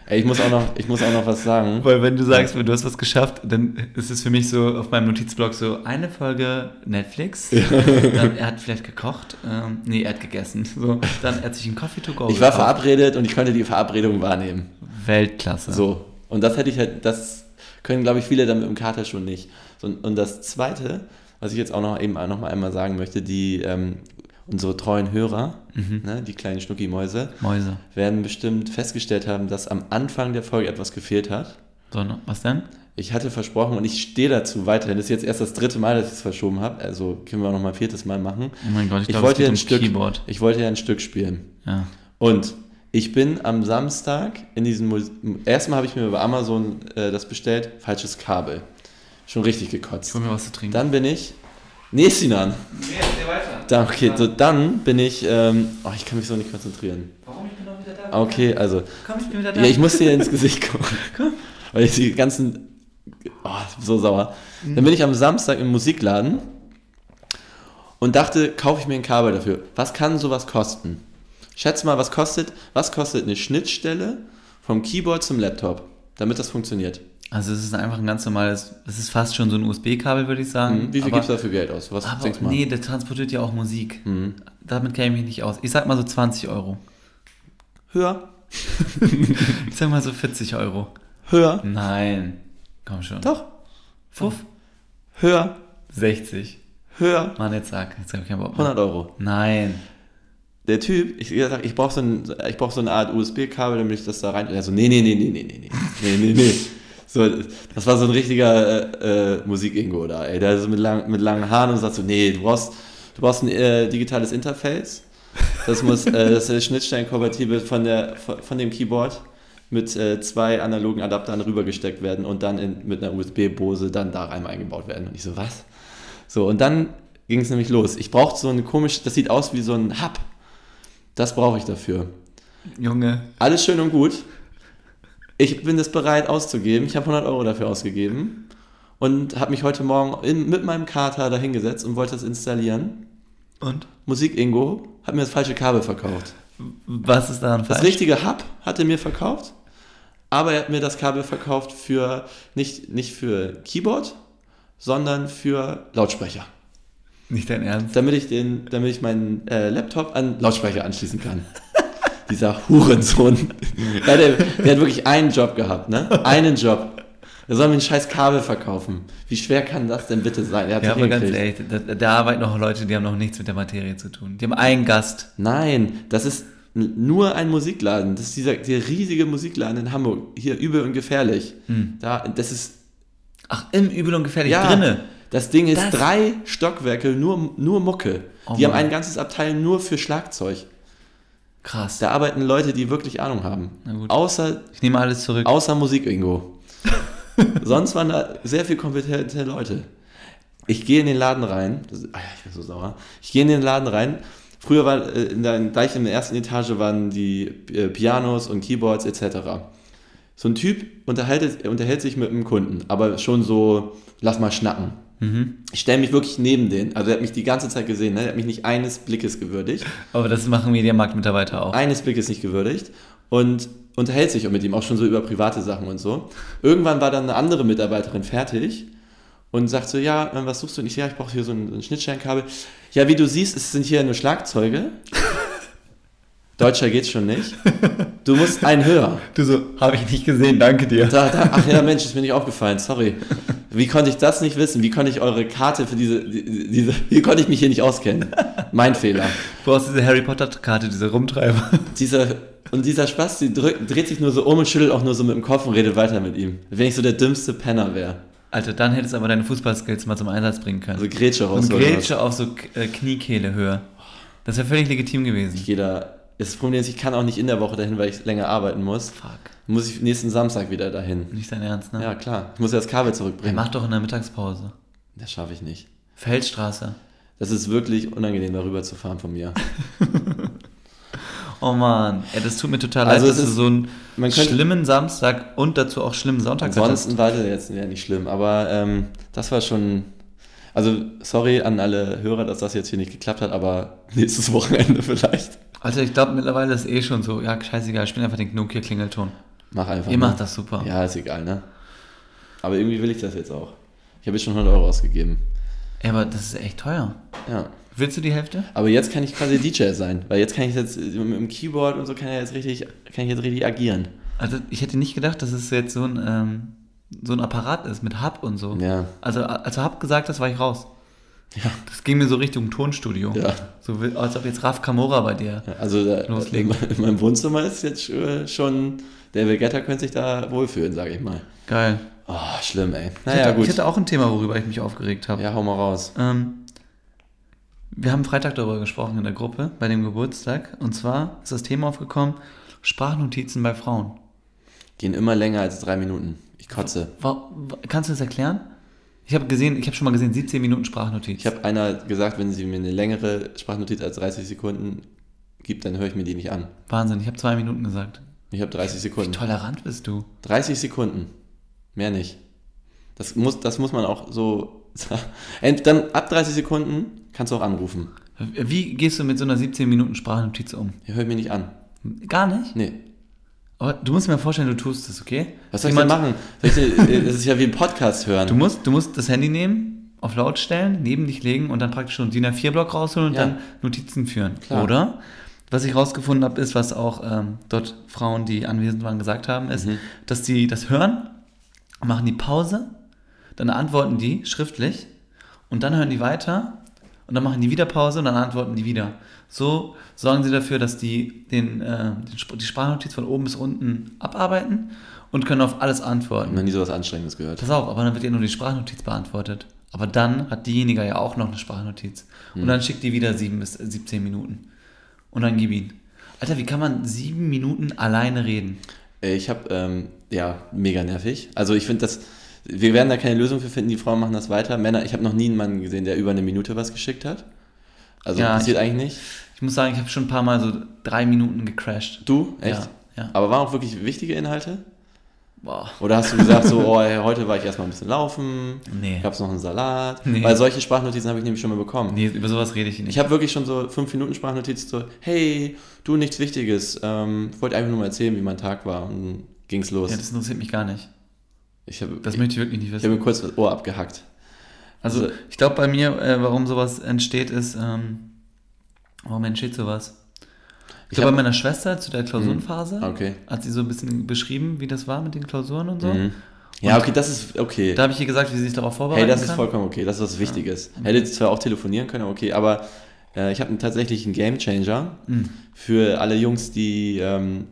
Ey, ich muss auch noch, ich muss auch noch was sagen.
Weil wenn du sagst, du hast was geschafft, dann ist es für mich so auf meinem Notizblock so eine Folge Netflix. Dann, er hat vielleicht gekocht. Ähm, nee, er hat gegessen. So, dann er hat sich einen Coffee to go
Ich war
gekauft.
verabredet und ich konnte die Verabredung wahrnehmen.
Weltklasse.
So. Und das hätte ich halt, das können, glaube ich, viele dann mit dem Kater schon nicht. So, und das Zweite, was ich jetzt auch noch eben auch noch mal einmal sagen möchte, die ähm, unsere treuen Hörer,
Mhm.
ne, die kleinen Schnuckimäuse,
Mäuse.
werden bestimmt festgestellt haben, dass am Anfang der Folge etwas gefehlt hat.
So, ne? was denn?
Ich hatte versprochen und ich stehe dazu weiterhin. Das ist jetzt erst das dritte Mal, dass ich es verschoben habe. Also können wir auch noch mal ein viertes Mal machen.
Oh mein Gott, ich
Ich,
glaube, es
wollte
geht
ja ein
um
Stück,
Keyboard.
ich wollte ja ein Stück spielen.
Ja.
Und ich bin am Samstag in diesem Muse Erstmal habe ich mir über Amazon äh, das bestellt, falsches Kabel. Schon richtig
Ich
gekotzt.
hol mir was zu trinken.
Dann bin ich. Nee, Sinan.
nee, erzähl weiter.
Da, okay, so dann bin ich. Ähm, oh, ich kann mich so nicht konzentrieren.
Warum? Ich bin doch wieder da.
Okay, also.
Komm, ich bin wieder da.
Ja, ich muss dir ins Gesicht gucken.
Komm.
Weil ich die ganzen. Oh, ich bin so sauer. Dann bin ich am Samstag im Musikladen und dachte, kaufe ich mir ein Kabel dafür. Was kann sowas kosten? Schätz mal, was kostet, was kostet eine Schnittstelle vom Keyboard zum Laptop, damit das funktioniert?
Also es ist einfach ein ganz normales, es ist fast schon so ein USB-Kabel, würde ich sagen.
Hm, Wie viel
Aber-
gibst du dafür Geld aus? Was
Aber
denkst du mal?
nee, der transportiert ja auch Musik.
Hm.
Damit kenne ich mich nicht aus. Ich sag mal so 20 Euro.
Höher,
Ich sag mal so 40 Euro.
höher,
Nein. Komm schon.
doch,
Fuff.
höher,
60.
höher,
Mann, jetzt sag. Jetzt hab ich keinen Bock mehr.
100 Euro.
Nein.
Der Typ, ich sag, ich brauche so, ein, ich brauch so eine Art USB-Kabel, damit ich das da rein. Also, nee, nee, nee, nee, nee, nee, nee, nee, nee, nee. So, das war so ein richtiger äh, äh, Musik-Ingo da, ey. Der ist mit, lang, mit langen Haaren und sagt so, nee, du brauchst, du brauchst ein äh, digitales Interface. Das muss, äh, das ist schnittstellenkompatibel von, der, von, von dem Keyboard mit äh, zwei analogen Adaptern rübergesteckt werden und dann in, mit einer USB-Bose dann da rein eingebaut werden. Und ich so, was? So, und dann ging es nämlich los. Ich brauchte so eine komische, das sieht aus wie so ein Hub. Das brauche ich dafür.
Junge.
Alles schön und gut. Ich bin das bereit auszugeben. Ich habe 100 Euro dafür ausgegeben und habe mich heute Morgen in, mit meinem Kater dahingesetzt und wollte das installieren.
Und?
Musik Ingo hat mir das falsche Kabel verkauft.
Was ist daran
Das
falsch?
richtige Hub hat er mir verkauft, aber er hat mir das Kabel verkauft für nicht, nicht für Keyboard, sondern für Lautsprecher.
Nicht dein Ernst.
damit ich den, damit ich meinen äh, Laptop an Lautsprecher anschließen kann. Dieser Hurensohn. ja, der, der hat wirklich einen Job gehabt, ne? Einen Job. Er soll mir ein scheiß Kabel verkaufen. Wie schwer kann das denn bitte sein? Er hat
Ja,
ja,
aber ganz
hingekriegt.
ehrlich, da, da arbeiten noch Leute, die haben noch nichts mit der Materie zu tun. Die haben einen Gast.
Nein, das ist n- nur ein Musikladen. Das ist dieser, dieser riesige Musikladen in Hamburg. Hier übel und gefährlich.
Hm.
Da, das ist
Ach, im Übel und Gefährlich
ja,
drinne.
Das Ding ist
Das-
drei Stockwerke, nur, nur Mucke.
Oh
Die haben
Mann.
ein ganzes Abteil nur für Schlagzeug.
Krass.
Da arbeiten Leute, die wirklich Ahnung haben.
Na gut.
Außer,
Ich nehme alles zurück.
außer Musik, Ingo. Sonst waren da sehr viel kompetente Leute. Ich gehe in den Laden rein. Das, ah ja, ich bin so sauer. Ich gehe in den Laden rein Früher war äh, in der, gleich in der ersten Etage waren die äh, Pianos und Keyboards etc. So ein Typ unterhält, unterhält sich mit einem Kunden, aber schon so, lass mal schnacken.
Mhm.
Ich stelle mich wirklich neben den. Also er hat mich die ganze Zeit gesehen, ne? er hat mich nicht eines Blickes gewürdigt.
Aber das machen Mediamarkt-Mitarbeiter auch.
eines Blickes nicht gewürdigt und unterhält sich auch mit ihm auch schon so über private Sachen und so. Irgendwann war dann eine andere Mitarbeiterin fertig und sagt so, ja, äh, was suchst du? Und ich, ja, ich brauche hier so ein, ein Schnittstellenkabel. Ja, wie du siehst, es sind hier nur Schlagzeuge. Deutscher geht's schon nicht. Du musst einen höher.
Du so, habe ich nicht gesehen, danke dir.
Da, da, ach ja, Mensch, ist mir nicht aufgefallen, sorry. Wie konnte ich das nicht wissen? Wie konnte ich eure Karte für diese, die- diese wie konnte ich mich hier nicht auskennen? Mein Fehler.
Du hast diese Harry Potter-Karte, diese Rumtreiber.
dieser, und dieser Spasti drück, dreht sich nur so um und schüttelt auch nur so mit dem Kopf und redet weiter mit ihm. Wenn ich so der dümmste Penner wäre.
Alter, dann hättest du aber deine Fußballskills mal zum Einsatz bringen können.
Also Grätsche
und
rausholen.
Grätsche auf so K- äh, Kniekehlehöhe. Das wäre völlig legitim gewesen.
Jeder. Das Problem ist, ich kann auch nicht in der Woche dahin, weil ich länger arbeiten muss.
Fuck.
Muss ich nächsten Samstag wieder dahin.
Nicht dein Ernst, ne?
Ja, klar. Ich muss ja das Kabel
Er
zurückbringen.
macht doch in der Mittagspause.
Das schaffe ich nicht.
Feldstraße.
Das ist wirklich unangenehm, darüber zu fahren von mir.
Oh Mann. Ey, das tut mir total
Also
leid,
es
dass du
ist-
so einen
man könnte-
schlimmen Samstag und dazu auch schlimmen Sonntag
Ansonsten war das jetzt ja nicht schlimm, aber ähm, das war schon. Also, sorry an alle Hörer, dass das jetzt hier nicht geklappt hat, aber nächstes Wochenende vielleicht.
hattest. Alter, Also ich glaube mittlerweile ist eh schon so. Ja, scheißegal, ich bin einfach den Nokia-Klingelton.
Mach einfach.
Ihr
ne?
macht das super.
Ja, ist egal, ne? Aber irgendwie will ich das jetzt auch. Ich habe jetzt schon 100 Euro ausgegeben.
Ey, aber das ist echt teuer.
Ja.
Willst du die Hälfte?
Aber jetzt kann ich quasi DJ sein, weil jetzt kann ich jetzt äh, mit dem Keyboard und so kann ich jetzt richtig, kann ich jetzt richtig agieren.
Also ich hätte nicht gedacht, dass es jetzt so ein, ähm, so ein Apparat ist mit Hub und so.
Ja.
Also a- als du Hub gesagt hast, war ich raus. Ja. Das ging mir so Richtung Tonstudio.
Ja.
So wie- als ob jetzt Raf Kamora bei dir.
Ja, Also da,
Loslegen.
in meinem Wohnzimmer ist jetzt äh, schon. Der Vegetta könnte sich da wohlfühlen, sage ich mal.
Geil.
Oh, schlimm, ey.
Ich
Naja,
hatte,
gut.
Ich hatte auch ein Thema, worüber ich mich aufgeregt habe.
Ja, hau mal raus.
Ähm, wir haben Freitag darüber gesprochen in der Gruppe, bei dem Geburtstag. Und zwar ist das Thema aufgekommen, Sprachnotizen bei Frauen.
Gehen immer länger als drei Minuten. Ich kotze.
Wa- wa- Kannst du das erklären? Ich habe gesehen, ich habe schon mal gesehen, 17 Minuten Sprachnotiz.
Ich habe einer gesagt, wenn sie mir eine längere Sprachnotiz als 30 Sekunden gibt, dann höre ich mir die nicht an.
Wahnsinn, ich habe zwei Minuten gesagt.
Ich habe 30
Wie
Sekunden.
tolerant bist du?
30 Sekunden. Mehr nicht. Das muss, das muss man auch so. Ent- Dann ab 30 Sekunden kannst du auch anrufen.
Wie gehst du mit so einer 17 Minuten Sprachnotiz um?
Ja, hört mich nicht an.
Gar nicht?
Nee.
Aber Oh, du musst mir vorstellen, du tust es, okay?
Was soll ich denn machen? Soll ich denn, das ist ja wie ein Podcast hören.
Du musst, du musst das Handy nehmen, auf laut stellen, neben dich legen und dann praktisch so einen DIN A4-Block rausholen und
Ja.
dann Notizen führen,
Klar.
oder? Was ich rausgefunden habe, ist, was auch ähm, dort Frauen, die anwesend waren, gesagt haben,
Mhm.
ist, dass die das hören, machen die Pause, dann antworten die schriftlich und dann hören die weiter und dann machen die wieder Pause und dann antworten die wieder. So sorgen sie dafür, dass die den, äh, den, Sp- die Sprachnotiz von oben bis unten abarbeiten und können auf alles antworten.
Ich hab noch nie sowas Anstrengendes gehört.
Pass auf, aber dann wird ihr nur die Sprachnotiz beantwortet. Aber dann hat diejenige ja auch noch eine Sprachnotiz.
Hm.
Und dann schickt die wieder sieben bis äh, 17 Minuten. Und dann gib ihn. Alter, wie kann man sieben Minuten alleine reden?
Äh, Ich habe, ähm, ja, mega nervig. Also ich finde das, wir werden da keine Lösung für finden, die Frauen machen das weiter. Männer, ich habe noch nie einen Mann gesehen, der über eine Minute was geschickt hat. Also
Ja,
passiert eigentlich nicht.
Ich muss sagen, ich habe schon ein paar Mal so drei Minuten gecrashed.
Du? Echt?
Ja, ja.
Aber waren auch wirklich wichtige Inhalte?
Boah.
Oder hast du gesagt, so, oh, ey, heute war ich erstmal ein bisschen laufen,
Nee.
gab es noch einen Salat?
Nee.
Weil solche Sprachnotizen habe ich nämlich schon mal bekommen.
Nee, über sowas rede ich nicht.
Ich habe wirklich schon so fünf Minuten Sprachnotiz, so, hey, du, nichts Wichtiges. Ähm, ich wollte einfach nur mal erzählen, wie mein Tag war. Und dann ging's los.
ja, das interessiert mich gar nicht.
ich habe
Das
ich,
möchte ich wirklich nicht
ich
wissen.
hab mir kurz das Ohr abgehackt.
Also ich glaube bei mir, äh, warum sowas entsteht, ist, ähm, warum entsteht sowas? Ich
Ich
glaube
hab- Hm,
bei meiner Schwester zu der Klausurenphase
Okay.
hat sie so ein bisschen beschrieben, wie das war mit den Klausuren und so.
Mhm. Ja, okay, das ist okay.
Da habe ich ihr gesagt, wie sie sich darauf vorbereiten
Hey, das ist
kann.
vollkommen okay. Das ist was Wichtiges. Hätte zwar auch telefonieren können, aber okay, aber äh, ich habe tatsächlich einen Gamechanger
Hm,
für alle Jungs, die ähm,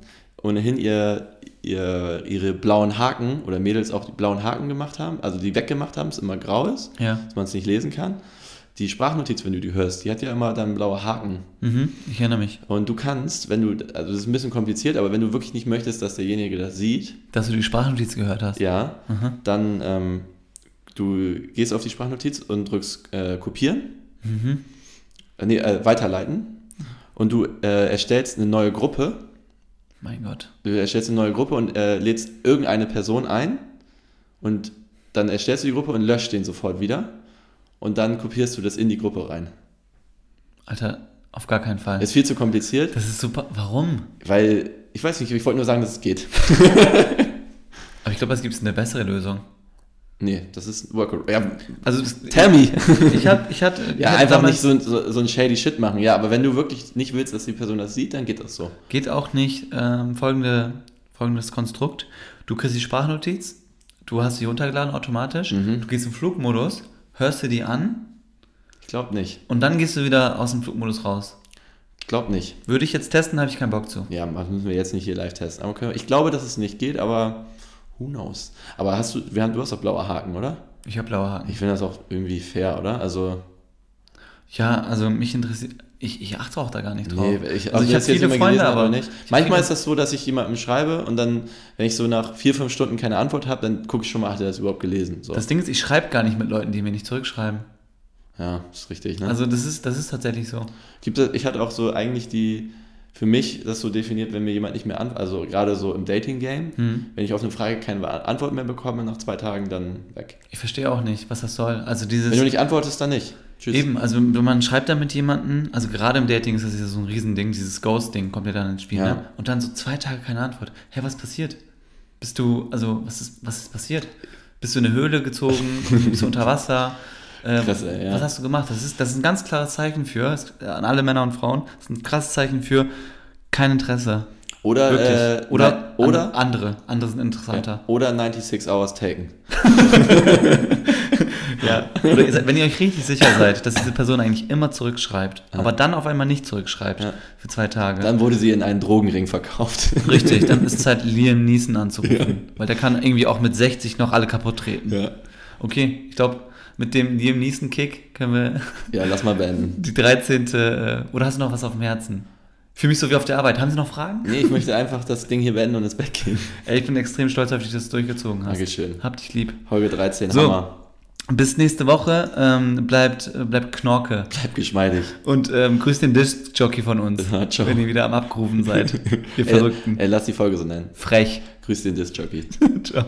ohnehin ihr, ihr, ihre blauen Haken oder Mädels auch die blauen Haken gemacht haben, also die weggemacht haben, es immer grau ist,
Ja.
dass man es nicht lesen kann. Die Sprachnotiz, wenn du die hörst, die hat ja immer dann blaue Haken.
Mhm, ich erinnere mich,
Und du kannst, wenn du, also das ist ein bisschen kompliziert, aber wenn du wirklich nicht möchtest, dass derjenige das sieht,
dass du die Sprachnotiz gehört hast.
ja,
Mhm.
dann ähm, du gehst auf die Sprachnotiz und drückst äh, kopieren,
Mhm.
äh, nee, äh, weiterleiten und du äh, erstellst eine neue Gruppe.
Mein Gott.
Du erstellst eine neue Gruppe und äh, lädst irgendeine Person ein und dann erstellst du die Gruppe und löscht den sofort wieder und dann kopierst du das in die Gruppe rein.
Alter, auf gar keinen Fall.
Ist viel zu kompliziert,
Das ist super. Warum?
weil ich weiß nicht, ich wollte nur sagen, dass es geht.
Aber ich glaube, es gibt eine bessere Lösung.
nee, das ist ein Workaround. Ja,
Also, das-
tell me.
ich hab, ich hatte. ich
Ja,
hatte
einfach nicht
damals-
so, so, so ein shady Shit machen. Ja, aber wenn du wirklich nicht willst, dass die Person das sieht, dann geht das so.
Geht auch nicht ähm, folgende, folgendes Konstrukt. Du kriegst die Sprachnotiz, du hast sie runtergeladen automatisch,
Mhm.
du gehst im Flugmodus, hörst dir die an
Ich glaube nicht.
und dann gehst du wieder aus dem Flugmodus raus.
Ich glaube nicht.
Würde ich jetzt testen, habe ich keinen Bock zu.
Ja, das müssen wir jetzt nicht hier live testen. Aber können wir- ich glaube, dass es nicht geht, aber who knows. Aber hast du, wir haben, du hast doch blaue Haken, oder?
Ich habe blaue Haken.
Ich finde das auch irgendwie fair, oder? Also,
Ja, also mich interessiert. Ich, ich achte auch da gar nicht drauf.
nee, ich, also ich
hab
habe viele Freunde, aber nicht.
ich
Manchmal
krieg-
ist das so, dass ich jemandem schreibe und dann, wenn ich so nach vier, fünf Stunden keine Antwort habe, dann gucke ich schon mal, hat er das überhaupt gelesen? So.
Das Ding ist, ich schreibe gar nicht mit Leuten, die mir nicht zurückschreiben.
ja, ist richtig, ne?
Also das ist, das ist tatsächlich so.
Gibt es, ich hatte auch so eigentlich die, für mich das so definiert, wenn mir jemand nicht mehr antwortet, also gerade so im Dating-Game,
Hm.
wenn ich auf eine Frage keine Antwort mehr bekomme, nach zwei Tagen dann weg.
Ich verstehe auch nicht, was das soll. Also dieses.
Wenn du nicht antwortest, dann nicht. Tschüss.
Eben, also wenn man schreibt da mit jemandem, also gerade im Dating ist das ja so ein Riesending, dieses Ghost-Ding kommt ja dann ins Spiel,
Ja.
ne? Und dann so zwei Tage keine Antwort. Hä, was passiert? Bist du, also was ist, was ist passiert? Bist du in eine Höhle gezogen? bist du unter Wasser? Ähm,
Krass, ey, ja.
Was hast du gemacht? Das ist, das ist ein ganz klares Zeichen für, es- an alle Männer und Frauen, das ist ein krasses Zeichen für kein Interesse.
Oder,
Wirklich.
äh,
oder,
oder,
an-
oder,
andere. Andere sind interessanter.
oder 96 Hours Taken.
Ja. Oder ihr seid, wenn ihr euch richtig sicher seid, dass diese Person eigentlich immer zurückschreibt, aber dann auf einmal nicht zurückschreibt
Ja.
für zwei Tage.
Dann wurde sie in einen Drogenring verkauft.
richtig, dann ist es halt Liam Neeson anzurufen. Weil der kann irgendwie auch mit 60 noch alle kaputt treten.
ja.
Okay, ich glaube, mit dem Liam Neeson-Kick können wir
ja, lass mal beenden.
die 13. äh, Oder hast du noch was auf dem Herzen? Fühl mich so wie auf der Arbeit. Haben Sie noch Fragen?
Nee, ich möchte einfach das Ding hier beenden und ins Bett gehen.
Ey, ich bin extrem stolz auf dich, dass du durchgezogen hast.
Dankeschön.
Hab dich lieb.
Folge 13,
So.
Hammer.
Bis nächste Woche. Ähm, bleibt, äh, bleibt Knorke.
Bleib geschmeidig.
Und ähm, grüßt den Disc-Jockey von uns,
Ja, ciao.
wenn ihr wieder am
Äh,
Abgerufen seid. Ihr Verrückten.
Ey, ey, lass die Folge so nennen.
Frech.
Grüß den Disc-Jockey.
ciao.